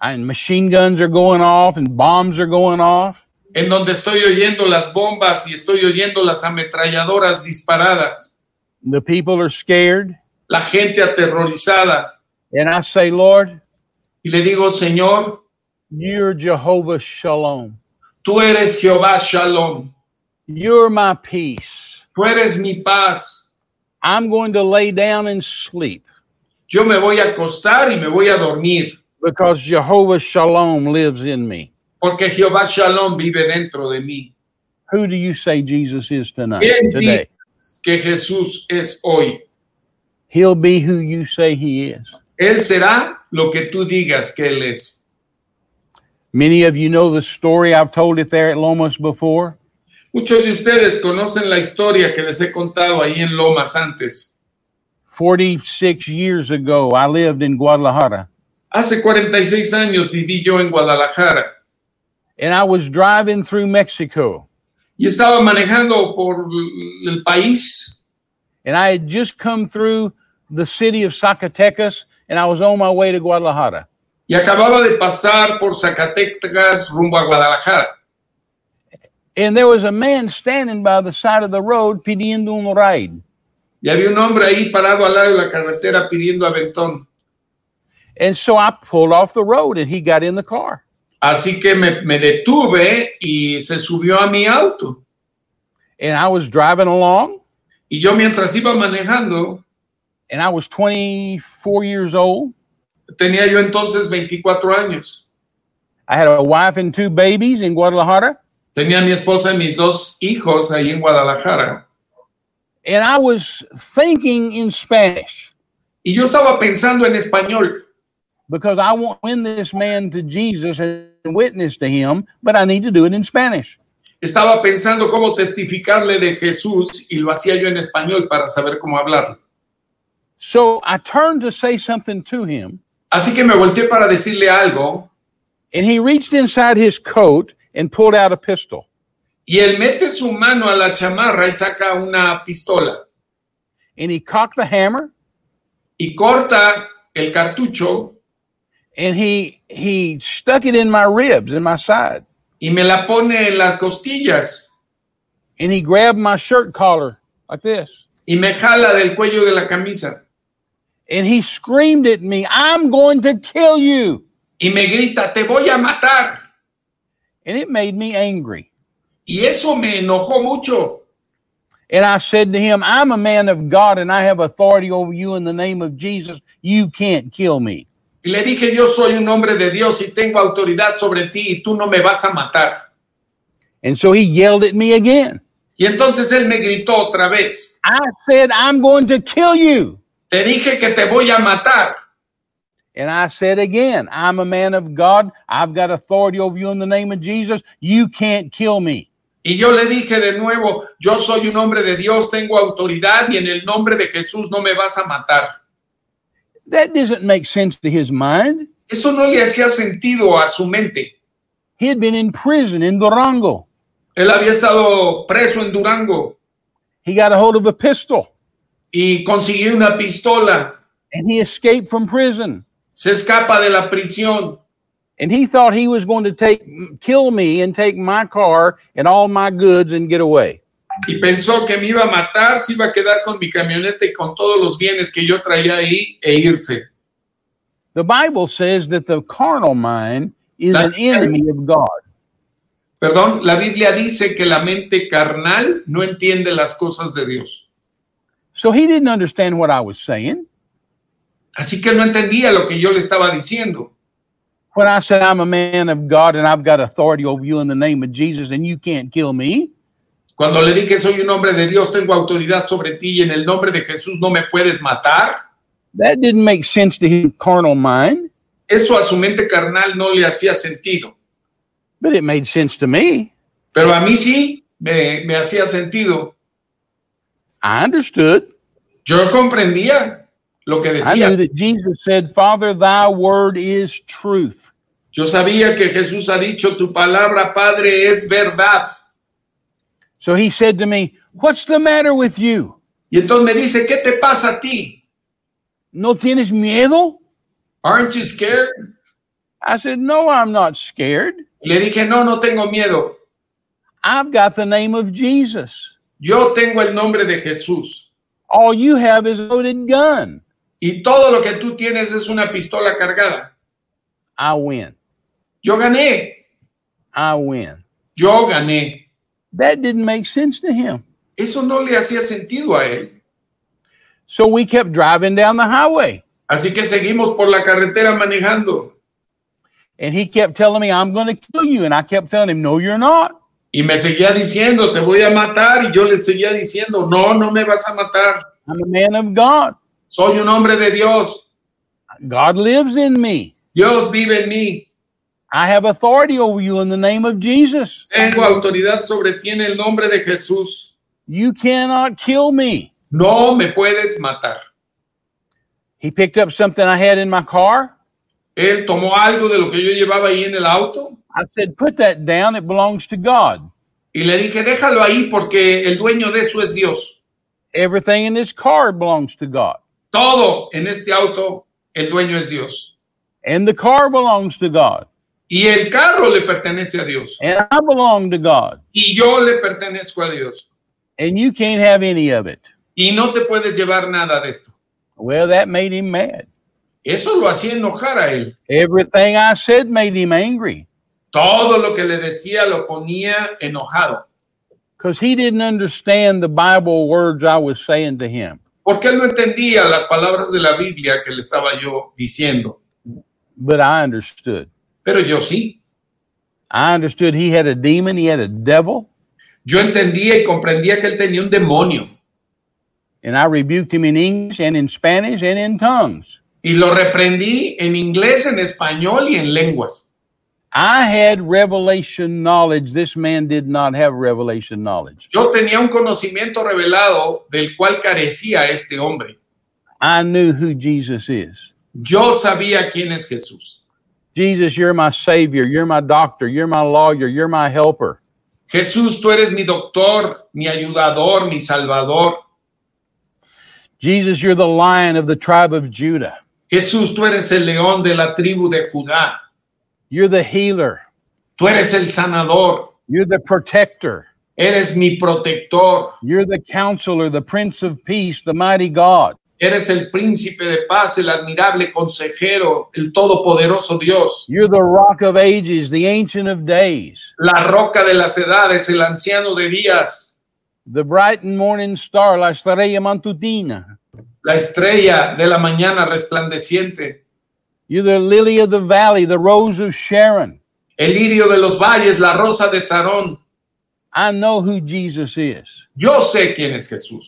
and machine guns are going off and bombs are going off.
en donde estoy oyendo las bombas y estoy oyendo las ametralladoras disparadas,
The people are scared.
la gente aterrorizada.
And I say, Lord,
Y le digo, Señor,
you're Jehovah Shalom.
tú eres Jehová Shalom,
You're my peace.
tú eres mi paz.
I'm going to lay down and sleep
Yo me voy a acostar y me voy a dormir,
because Jehovah Shalom lives in me.
porque Jehová Shalom vive dentro de mí.
Who do you say Jesus is tonight?
¿Quién
Today.
dice que Jesús es hoy?
He'll be who you say he is.
Él será lo que tú digas que Él es.
Many of you know the story. I've told it there at Lomas before.
Muchos de ustedes conocen la historia que les he contado ahí en Lomas antes.
46 years ago, I lived in Guadalajara.
Hace 46 años viví yo en Guadalajara
and I was driving through Mexico
y estaba manejando por el país.
and I had just come through the city of Zacatecas and I was on my way to Guadalajara.
Y acababa de pasar por Zacatecas rumbo a Guadalajara.
And there was a man standing by the side of the road pidiendo un ride.
Y había un hombre ahí parado al lado de la carretera pidiendo aventón.
And so I pulled off the road and he got in the car.
Así que me, me detuve y se subió a mi auto.
and I was driving along,
Y yo mientras iba manejando,
and I was 24 years old.
tenía yo entonces 24 años.
I had a wife and two babies in Guadalajara,
Tenía a mi esposa y mis dos hijos ahí en Guadalajara.
and I was thinking in Spanish
Y yo estaba pensando en español,
because I want to win this man to Jesus and witness to him, but I need to do it in Spanish.
estaba pensando cómo testificarle de Jesús y lo hacía yo en español para saber cómo hablar.
So I turned to say something to him,
Así que me volteé para decirle algo
and he reached inside his coat and pulled out a pistol.
y él mete su mano a la chamarra y saca una pistola
And he cocked the hammer
y corta el cartucho
and he he stuck it in my ribs, in my side.
y me la pone en las costillas
And he grabbed my shirt collar like this.
y me jala del cuello de la camisa
And he screamed at me, I'm going to kill you.
y me grita, te voy a matar.
And it made me angry.
Y eso me enojó mucho.
And I said to him, I'm a man of God and I have authority over you in the name of Jesus. You can't kill me.
Y le dije, yo soy un hombre de Dios y tengo autoridad sobre ti y tú no me vas a matar.
And so he yelled at me again.
Y entonces él me gritó otra vez,
I said, I'm going to kill you.
te dije que te voy a matar.
And I said again, I'm a man of God. I've got authority over you in the name of Jesus. You can't kill me.
Y yo le dije de nuevo, yo soy un hombre de Dios, tengo autoridad y en el nombre de Jesús no me vas a matar.
That doesn't make sense to his mind.
Eso no le hacía sentido a su mente.
He had been in prison in Durango.
Él había estado preso en Durango
He got a hold of a pistol
y consiguió una pistola,
and he escaped from prison.
se escapa de la prisión
And he thought he was going to take kill me and take my car and all my goods and get away.
y pensó que me iba a matar, se iba a quedar con mi camioneta y con todos los bienes que yo traía ahí e irse.
The Bible says that the carnal mind is an enemy of God.
Perdón, la Biblia dice que la mente carnal no entiende las cosas de Dios.
So he didn't understand what I was saying.
Así que no entendía lo que yo le estaba diciendo.
When I said I'm a man of God and I've got authority over you in the name of Jesus and you can't kill me,
Cuando le dije soy un hombre de Dios, tengo autoridad sobre ti y en el nombre de Jesús no me puedes matar,
that didn't make sense to his carnal mind,
eso a su mente carnal no le hacía sentido.
but it made sense to me.
Pero a mí sí me, me hacía sentido.
I understood.
Yo comprendía lo que
I knew
decía.
that Jesus said, Father, thy word is truth.
Yo sabía que Jesús ha dicho, tu palabra, Padre, es verdad.
So he said to me, What's the matter with you?
Y entonces me dice, ¿qué te pasa a ti?
¿No tienes miedo?
¿Aren't you scared?
I said, No, I'm not scared.
Le dije, no, no tengo miedo.
I've got the name of Jesus.
Yo tengo el nombre de Jesús.
All you have is a loaded gun.
Y todo lo que tú tienes es una pistola cargada.
I win.
Yo gané.
I win.
Yo gané.
That didn't make sense to him.
Eso no le hacía sentido a él.
So we kept driving down the highway
Así que seguimos por la carretera manejando.
and he kept telling me, I'm going to kill you. And I kept telling him, No, you're not.
Y me seguía diciendo, te voy a matar. Y yo le seguía diciendo, no, no me vas a matar.
I'm a man of God.
Soy un hombre de Dios.
God lives in me.
Dios vive en mí.
I have authority over you in the name of Jesus.
Tengo autoridad sobre ti en el nombre de Jesús.
You cannot kill me.
No me puedes matar.
He picked up something I had in my car.
Él tomó algo de lo que yo llevaba ahí en el auto
I said, Put that down. It belongs to God.
y le dije, déjalo ahí porque el dueño de eso es Dios.
Everything in this car belongs to God.
Todo en este auto, el dueño es Dios.
And the car belongs to God.
Y el carro le pertenece a Dios.
And I belong to God.
Y yo le pertenezco a Dios.
And you can't have any of it.
Y no te puedes llevar nada de esto.
Well, that made him mad.
Eso lo hacía enojar a él.
Everything I said made him angry.
Todo lo que le decía lo ponía enojado.
because he didn't understand the Bible words I was saying to him.
Porque él no entendía las palabras de la Biblia que le estaba yo diciendo.
But I understood.
Pero yo sí.
I understood he had a demon, he had a devil,
Yo entendía y comprendía que él tenía un demonio.
and I rebuked him in English and in Spanish and in tongues.
Y lo reprendí en inglés, en español y en lenguas.
I had revelation knowledge. This man did not have revelation knowledge.
Yo tenía un conocimiento revelado del cual carecía este hombre.
I knew who Jesus is.
Yo sabía quién es Jesús.
Jesus, you're my savior. You're my doctor. You're my lawyer. You're my helper.
Jesús, tú eres mi doctor, mi ayudador, mi salvador.
Jesus, you're the lion of the tribe of Judah.
Jesús, tú eres el león de la tribu de Judá.
You're the healer.
Tú eres el sanador.
You're the protector.
Eres mi protector.
You're the counselor, the prince of peace, the mighty God.
Eres el príncipe de paz, el admirable consejero, el todopoderoso Dios.
You're the rock of ages, the ancient of days,
La roca de las edades, el anciano de días,
the bright and morning star, la estrella matutina.
la estrella de la mañana resplandeciente,
You're the lily of the valley, the rose of Sharon.
el lirio de los valles, la rosa de Sarón.
I know who Jesus is.
Yo sé quién es Jesús.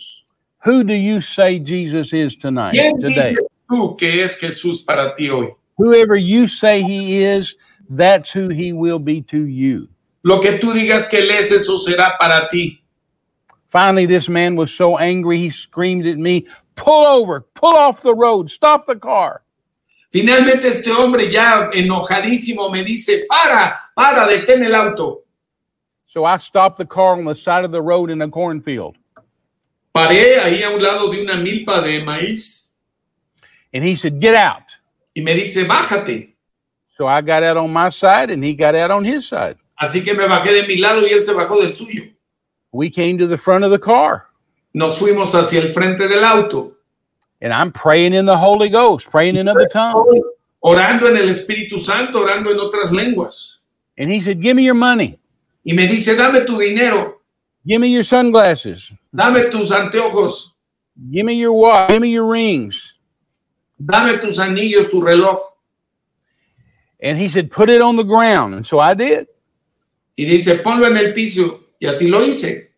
Who do you say Jesus is tonight,
¿Quién
today?
dices tú que es Jesús para ti hoy?
Whoever you say he is, that's who he will be to you.
Lo que tú digas que él es, eso será para ti.
Finally, this man was so angry, he screamed at me, Pull over, pull off the road, stop the car.
Finalmente este hombre ya enojadísimo me dice, para, para, detén el auto.
So I stopped the car on the side of the road in a cornfield.
Paré ahí a un lado de una milpa de maíz
And he said, Get out.
y me dice, bájate.
So I got out on my side and he got out on his side.
Así que me bajé de mi lado y él se bajó del suyo.
We came to the front of the car
Nos fuimos hacia el frente del auto,
and I'm praying in the Holy Ghost, praying in other tongues.
orando en el Espíritu Santo, orando en otras lenguas.
And he said, Give me your money.
Y me dice, dame tu dinero,
Give me your sunglasses.
dame tus anteojos,
Give me your watch. Give me your rings.
dame tus anillos, tu reloj.
And he said, Put it on the ground. And so I did.
Y dice, ponlo en el piso. Y así lo hice.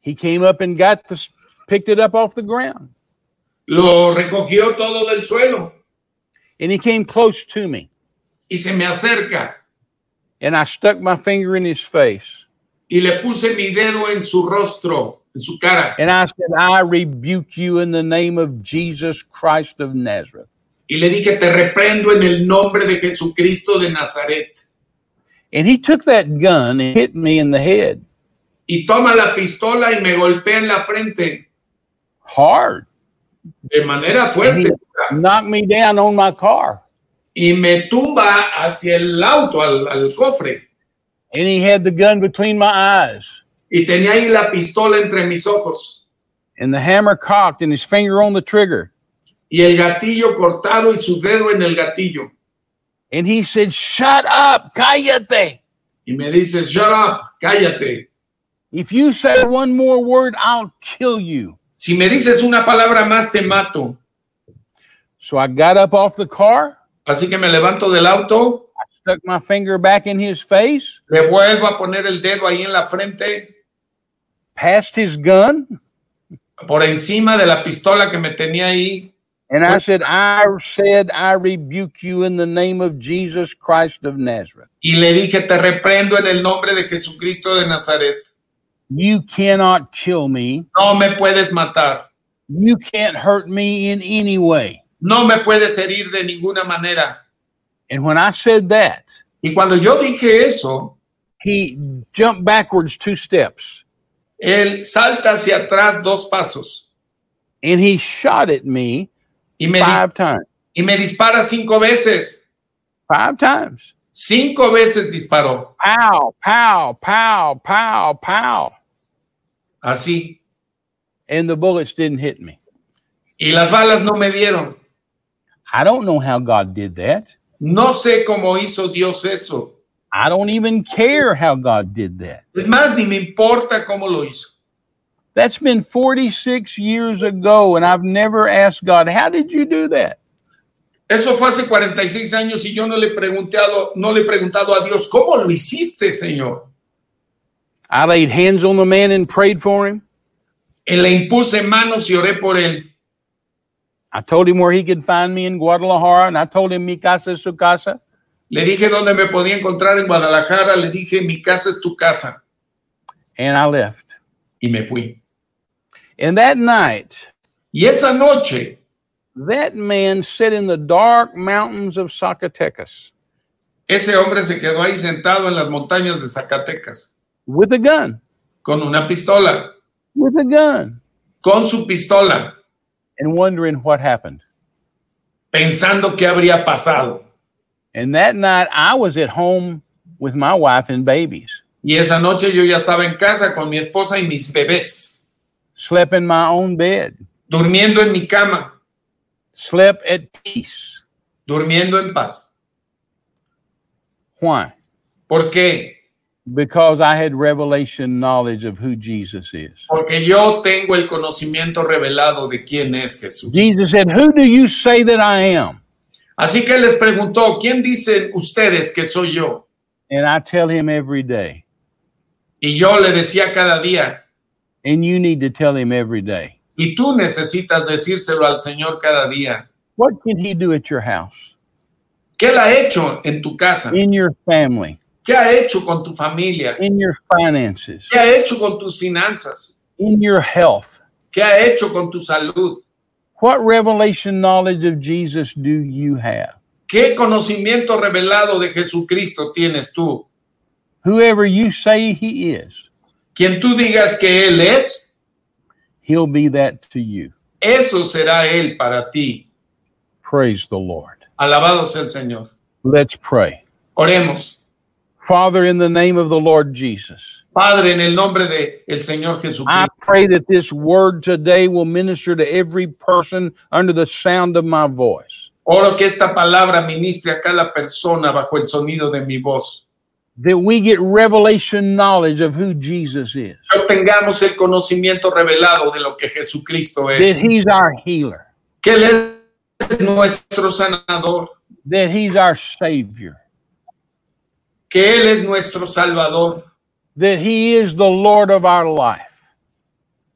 He came up and got the, picked it up off the ground.
Lo recogió todo del suelo
And he came close to me.
y se me acerca
And I stuck my finger in his face.
y le puse mi dedo en su rostro, en su cara.
And I said, I rebuke you in the name of Jesus Christ of Nazareth.
Y le dije, te reprendo en el nombre de Jesucristo de Nazaret.
And he took that gun and hit me in the head
Y toma la pistola y me golpea en la frente
hard,
de manera fuerte.
knocked me down on my car.
y me tumba hacia el auto, al, al cofre.
And he had the gun between my eyes
Y tenía ahí la pistola entre mis ojos
and the hammer cocked and his finger on the trigger.
y el gatillo cortado y su dedo en el gatillo.
And he said, Shut up, Cayete.
Y me dice, shut up, cállate.
If you say one more word, I'll kill you.
Si me dices una palabra más, te mato.
So I got up off the car,
Así que me levanto del auto,
I stuck my finger back in his face,
le vuelvo a poner el dedo ahí en la frente,
passed his gun,
por encima de la pistola que me tenía ahí.
And I said, I said, I rebuke you in the name of Jesus Christ of Nazareth.
Y le dije, te reprendo en el nombre de Jesucristo de Nazaret.
You cannot kill me.
No me puedes matar.
You can't hurt me in any way.
No me puedes herir de ninguna manera.
And when I said that,
Y cuando yo dije eso,
he jumped backwards two steps
él salta hacia atrás dos pasos
and he shot at me
y me, di-
five times.
y me dispara cinco veces.
Five times.
Cinco veces disparó.
Pow, pow, pow, pow, pow.
Así.
And the bullets didn't hit me.
Y las balas no me dieron.
I don't know how God did that.
No sé cómo hizo Dios eso.
I don't even care how God did that.
Es más, ni me importa cómo lo hizo.
That's been 46 years ago, and I've never asked God, How did you do that?
Eso fue hace 46 años y yo no le he preguntado, no le he preguntado a Dios, ¿cómo lo hiciste, Señor?
I laid hands on the man and prayed for him.
Y le impuse manos y oré por él.
I told him where he could find me in Guadalajara, and I told him, Mi casa es su casa.
Le dije dónde me podía encontrar en Guadalajara, le dije, mi casa es tu casa.
And I left.
Y me fui.
And that night,
Y esa noche,
that man sat in the dark mountains of Zacatecas
ese hombre se quedó ahí sentado en las montañas de Zacatecas,
with a gun,
con una pistola,
with a gun,
con su pistola,
and wondering what happened.
pensando qué habría pasado.
And that night, I was at home with my wife and babies,
Y esa noche yo ya estaba en casa con mi esposa y mis bebés,
slept in my own bed,
durmiendo en mi cama,
slept at peace.
durmiendo en paz.
Why?
¿Por qué?
Because I had revelation knowledge of who Jesus is.
Porque yo tengo el conocimiento revelado de quién es Jesús.
Jesus said, Who do you say that I am?
Así que les preguntó, ¿quién dicen ustedes que soy yo?
And I tell him every day.
Y yo le decía cada día,
And you need to tell him every day.
y tú necesitas decírselo al Señor cada día.
What can he do at your house,
¿Qué él ha hecho en tu casa?
in your family,
¿Qué ha hecho con tu familia?
in your finances,
¿Qué ha hecho con tus finanzas?
in your health?
¿Qué ha hecho con tu salud?
What revelation knowledge of Jesus do you have?
¿Qué conocimiento revelado de Jesucristo tienes tú?
Whoever you say he is,
Quien tú digas que Él es,
he'll be that to you.
eso será Él para ti.
Praise the Lord.
Alabado sea el Señor.
Let's pray.
Oremos.
Father, in the name of the Lord Jesus,
Padre, en el nombre de el Señor
I
Jesucristo,
pray that this word today will minister to every person under the sound of my voice.
oro que esta palabra ministre a cada persona bajo el sonido de mi voz.
That we get revelation knowledge of who Jesus is,
Que obtengamos el conocimiento revelado de lo que Jesucristo
that
es.
he's our healer,
Que Él es nuestro sanador.
that he's our savior,
que Él es nuestro Salvador,
that he is the Lord of our life,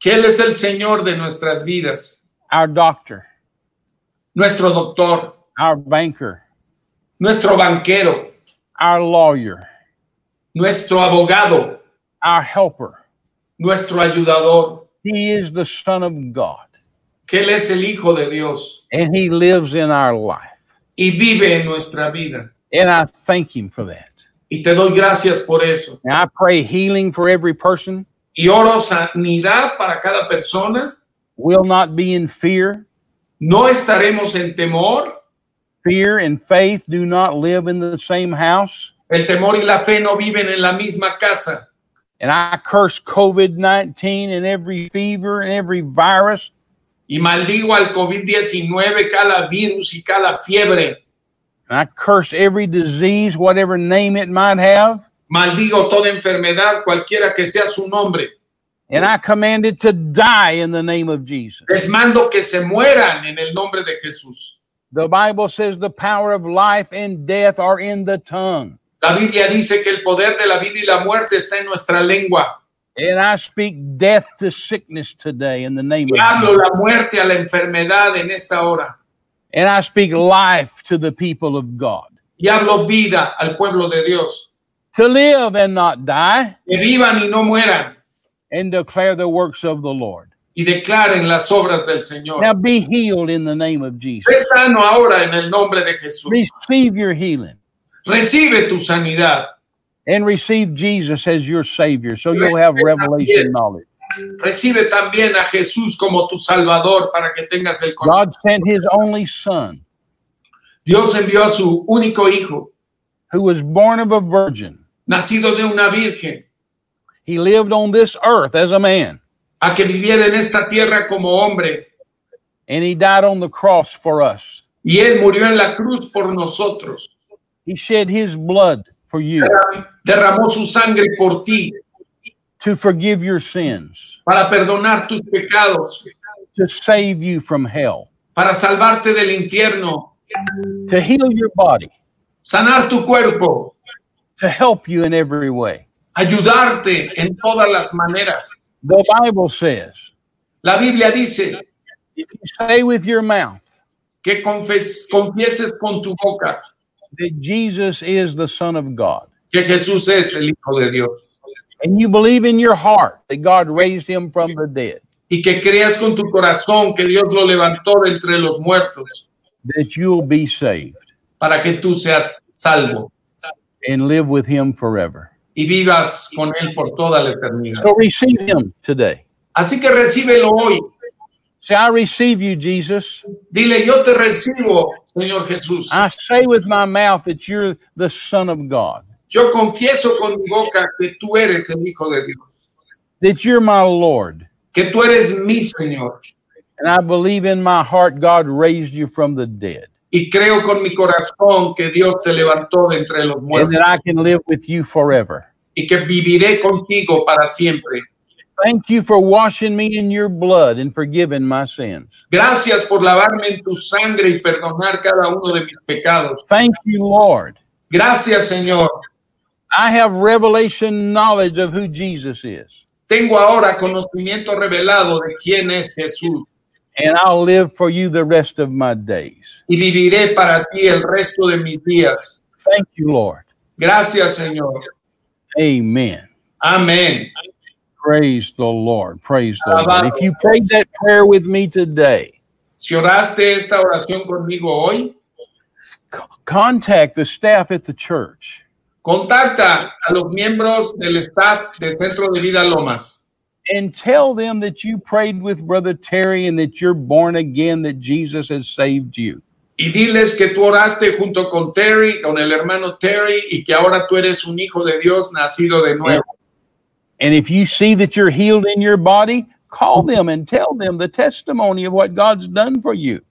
que Él es el Señor de nuestras vidas,
our doctor,
nuestro doctor,
our banker,
nuestro banquero,
our lawyer,
nuestro abogado,
our helper.
nuestro ayudador,
He is the Son of God,
que Él es el Hijo de Dios
and he lives in our life.
y vive en nuestra vida.
And I thank him for that.
Y te doy gracias por eso.
And I pray healing for every person.
Y oro sanidad para cada persona.
Will not be in fear.
No estaremos en temor.
Fear and faith do not live in the same house.
El temor y la fe no viven en la misma casa.
And I curse COVID 19 and every fever and every virus.
Y maldigo al COVID-19, cada virus y cada fiebre.
And I curse every disease, whatever name it might have.
Maldigo toda enfermedad, cualquiera que sea su nombre.
And I command it to die in the name of Jesus.
Les mando que se mueran en el nombre de Jesús.
The Bible says the power of life and death are in the tongue.
La Biblia dice que el poder de la vida y la muerte está en nuestra lengua.
And I speak death to sickness today in the name
Y
of
hablo
Jesus.
la muerte a la enfermedad en esta hora.
And I speak life to the people of God
Y hablo vida al pueblo de Dios.
to live and not die
Que vivan y no mueran
and declare the works of the Lord.
y declaren las obras del Señor.
Now be healed in the name of Jesus.
Sé sano ahora en el nombre de Jesús.
Receive your healing
Recibe tu sanidad.
and receive Jesus as your Savior so you'll have revelation knowledge.
Recibe también a Jesús como tu Salvador para que tengas el corazón.
God sent His only Son,
Dios envió a su único hijo,
who was born of a virgin.
nacido de una virgen,
He lived on this earth as a man,
a que viviera en esta tierra como hombre,
and He died on the cross for us.
y él murió en la cruz por nosotros.
He shed His blood for you
derramó su sangre por ti
to forgive your sins,
para perdonar tus pecados,
to save you from hell,
para salvarte del infierno,
to heal your body,
sanar tu cuerpo,
to help you in every way.
ayudarte en todas las maneras.
The Bible says,
La Biblia dice
if you say with your mouth
que confes- confieses con tu boca
that Jesus is the Son of God,
que Jesús es el Hijo de Dios
and you believe in your heart that God raised him from the dead,
y que creas con tu corazón que Dios lo levantó de entre los muertos
that you'll be saved
para que tú seas salvo
and live with him forever.
y vivas con Él por toda la eternidad.
So receive him today.
Así que recíbelo hoy.
Say, I receive you, Jesus.
Dile, yo te recibo, Señor Jesús.
I say with my mouth that you're the Son of God,
Yo confieso con mi boca que tú eres el Hijo de Dios,
that you're my Lord.
que tú eres mi Señor.
And I believe in my heart God raised you from the dead,
Y creo con mi corazón que Dios te levantó de entre los
and
muertos
that I can live with you forever.
y que viviré contigo para siempre.
Thank you for washing me in your blood and forgiving my sins.
Gracias por lavarme en tu sangre y perdonar cada uno de mis pecados.
Thank you, Lord.
Gracias, Señor.
I have revelation knowledge of who Jesus is,
Tengo ahora conocimiento revelado de quién es Jesús
and I'll live for you the rest of my days.
y viviré para ti el resto de mis días.
Thank you, Lord.
Gracias, Señor.
Amen.
Amén.
Praise the Lord. Praise the Lord. If you prayed that prayer with me today,
Si oraste esta oración conmigo hoy,
c- contact the staff at the church
contacta a los miembros del staff de Centro de Vida Lomas
and tell them that you prayed with Brother Terry and that you're born again, that Jesus has saved you.
y diles que tú oraste junto con Terry, con el hermano Terry, y que ahora tú eres un hijo de Dios nacido de nuevo.
And if you see that you're healed in your body, call them and tell them the testimony of what God's done for you.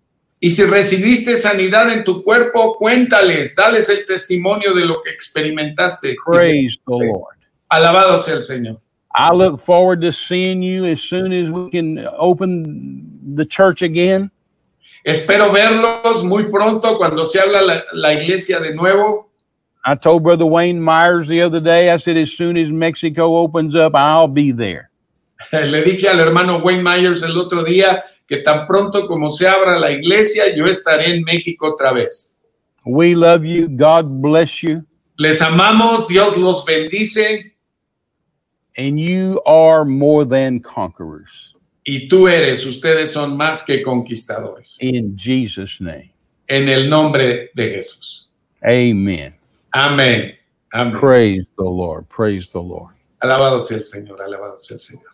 Y si recibiste sanidad en tu cuerpo, cuéntales, dales el testimonio de lo que experimentaste.
Praise the Lord.
Alabado sea el Señor.
I look forward to seeing you as soon as we can open the church again.
Espero verlos muy pronto cuando se habla la, la iglesia de nuevo.
I told Brother Wayne Myers the other day, I said, as soon as Mexico opens up, I'll be there.
Le dije al hermano Wayne Myers el otro día que tan pronto como se abra la iglesia, yo estaré en México otra vez.
We love you. God bless you.
Les amamos, Dios los bendice
and you are more than conquerors
y tú eres, ustedes son más que conquistadores.
in Jesus' name.
En el nombre de Jesús.
Amen.
Amén. Amén.
Praise the Lord. Praise the Lord.
Alabado sea el Señor, alabado sea el Señor.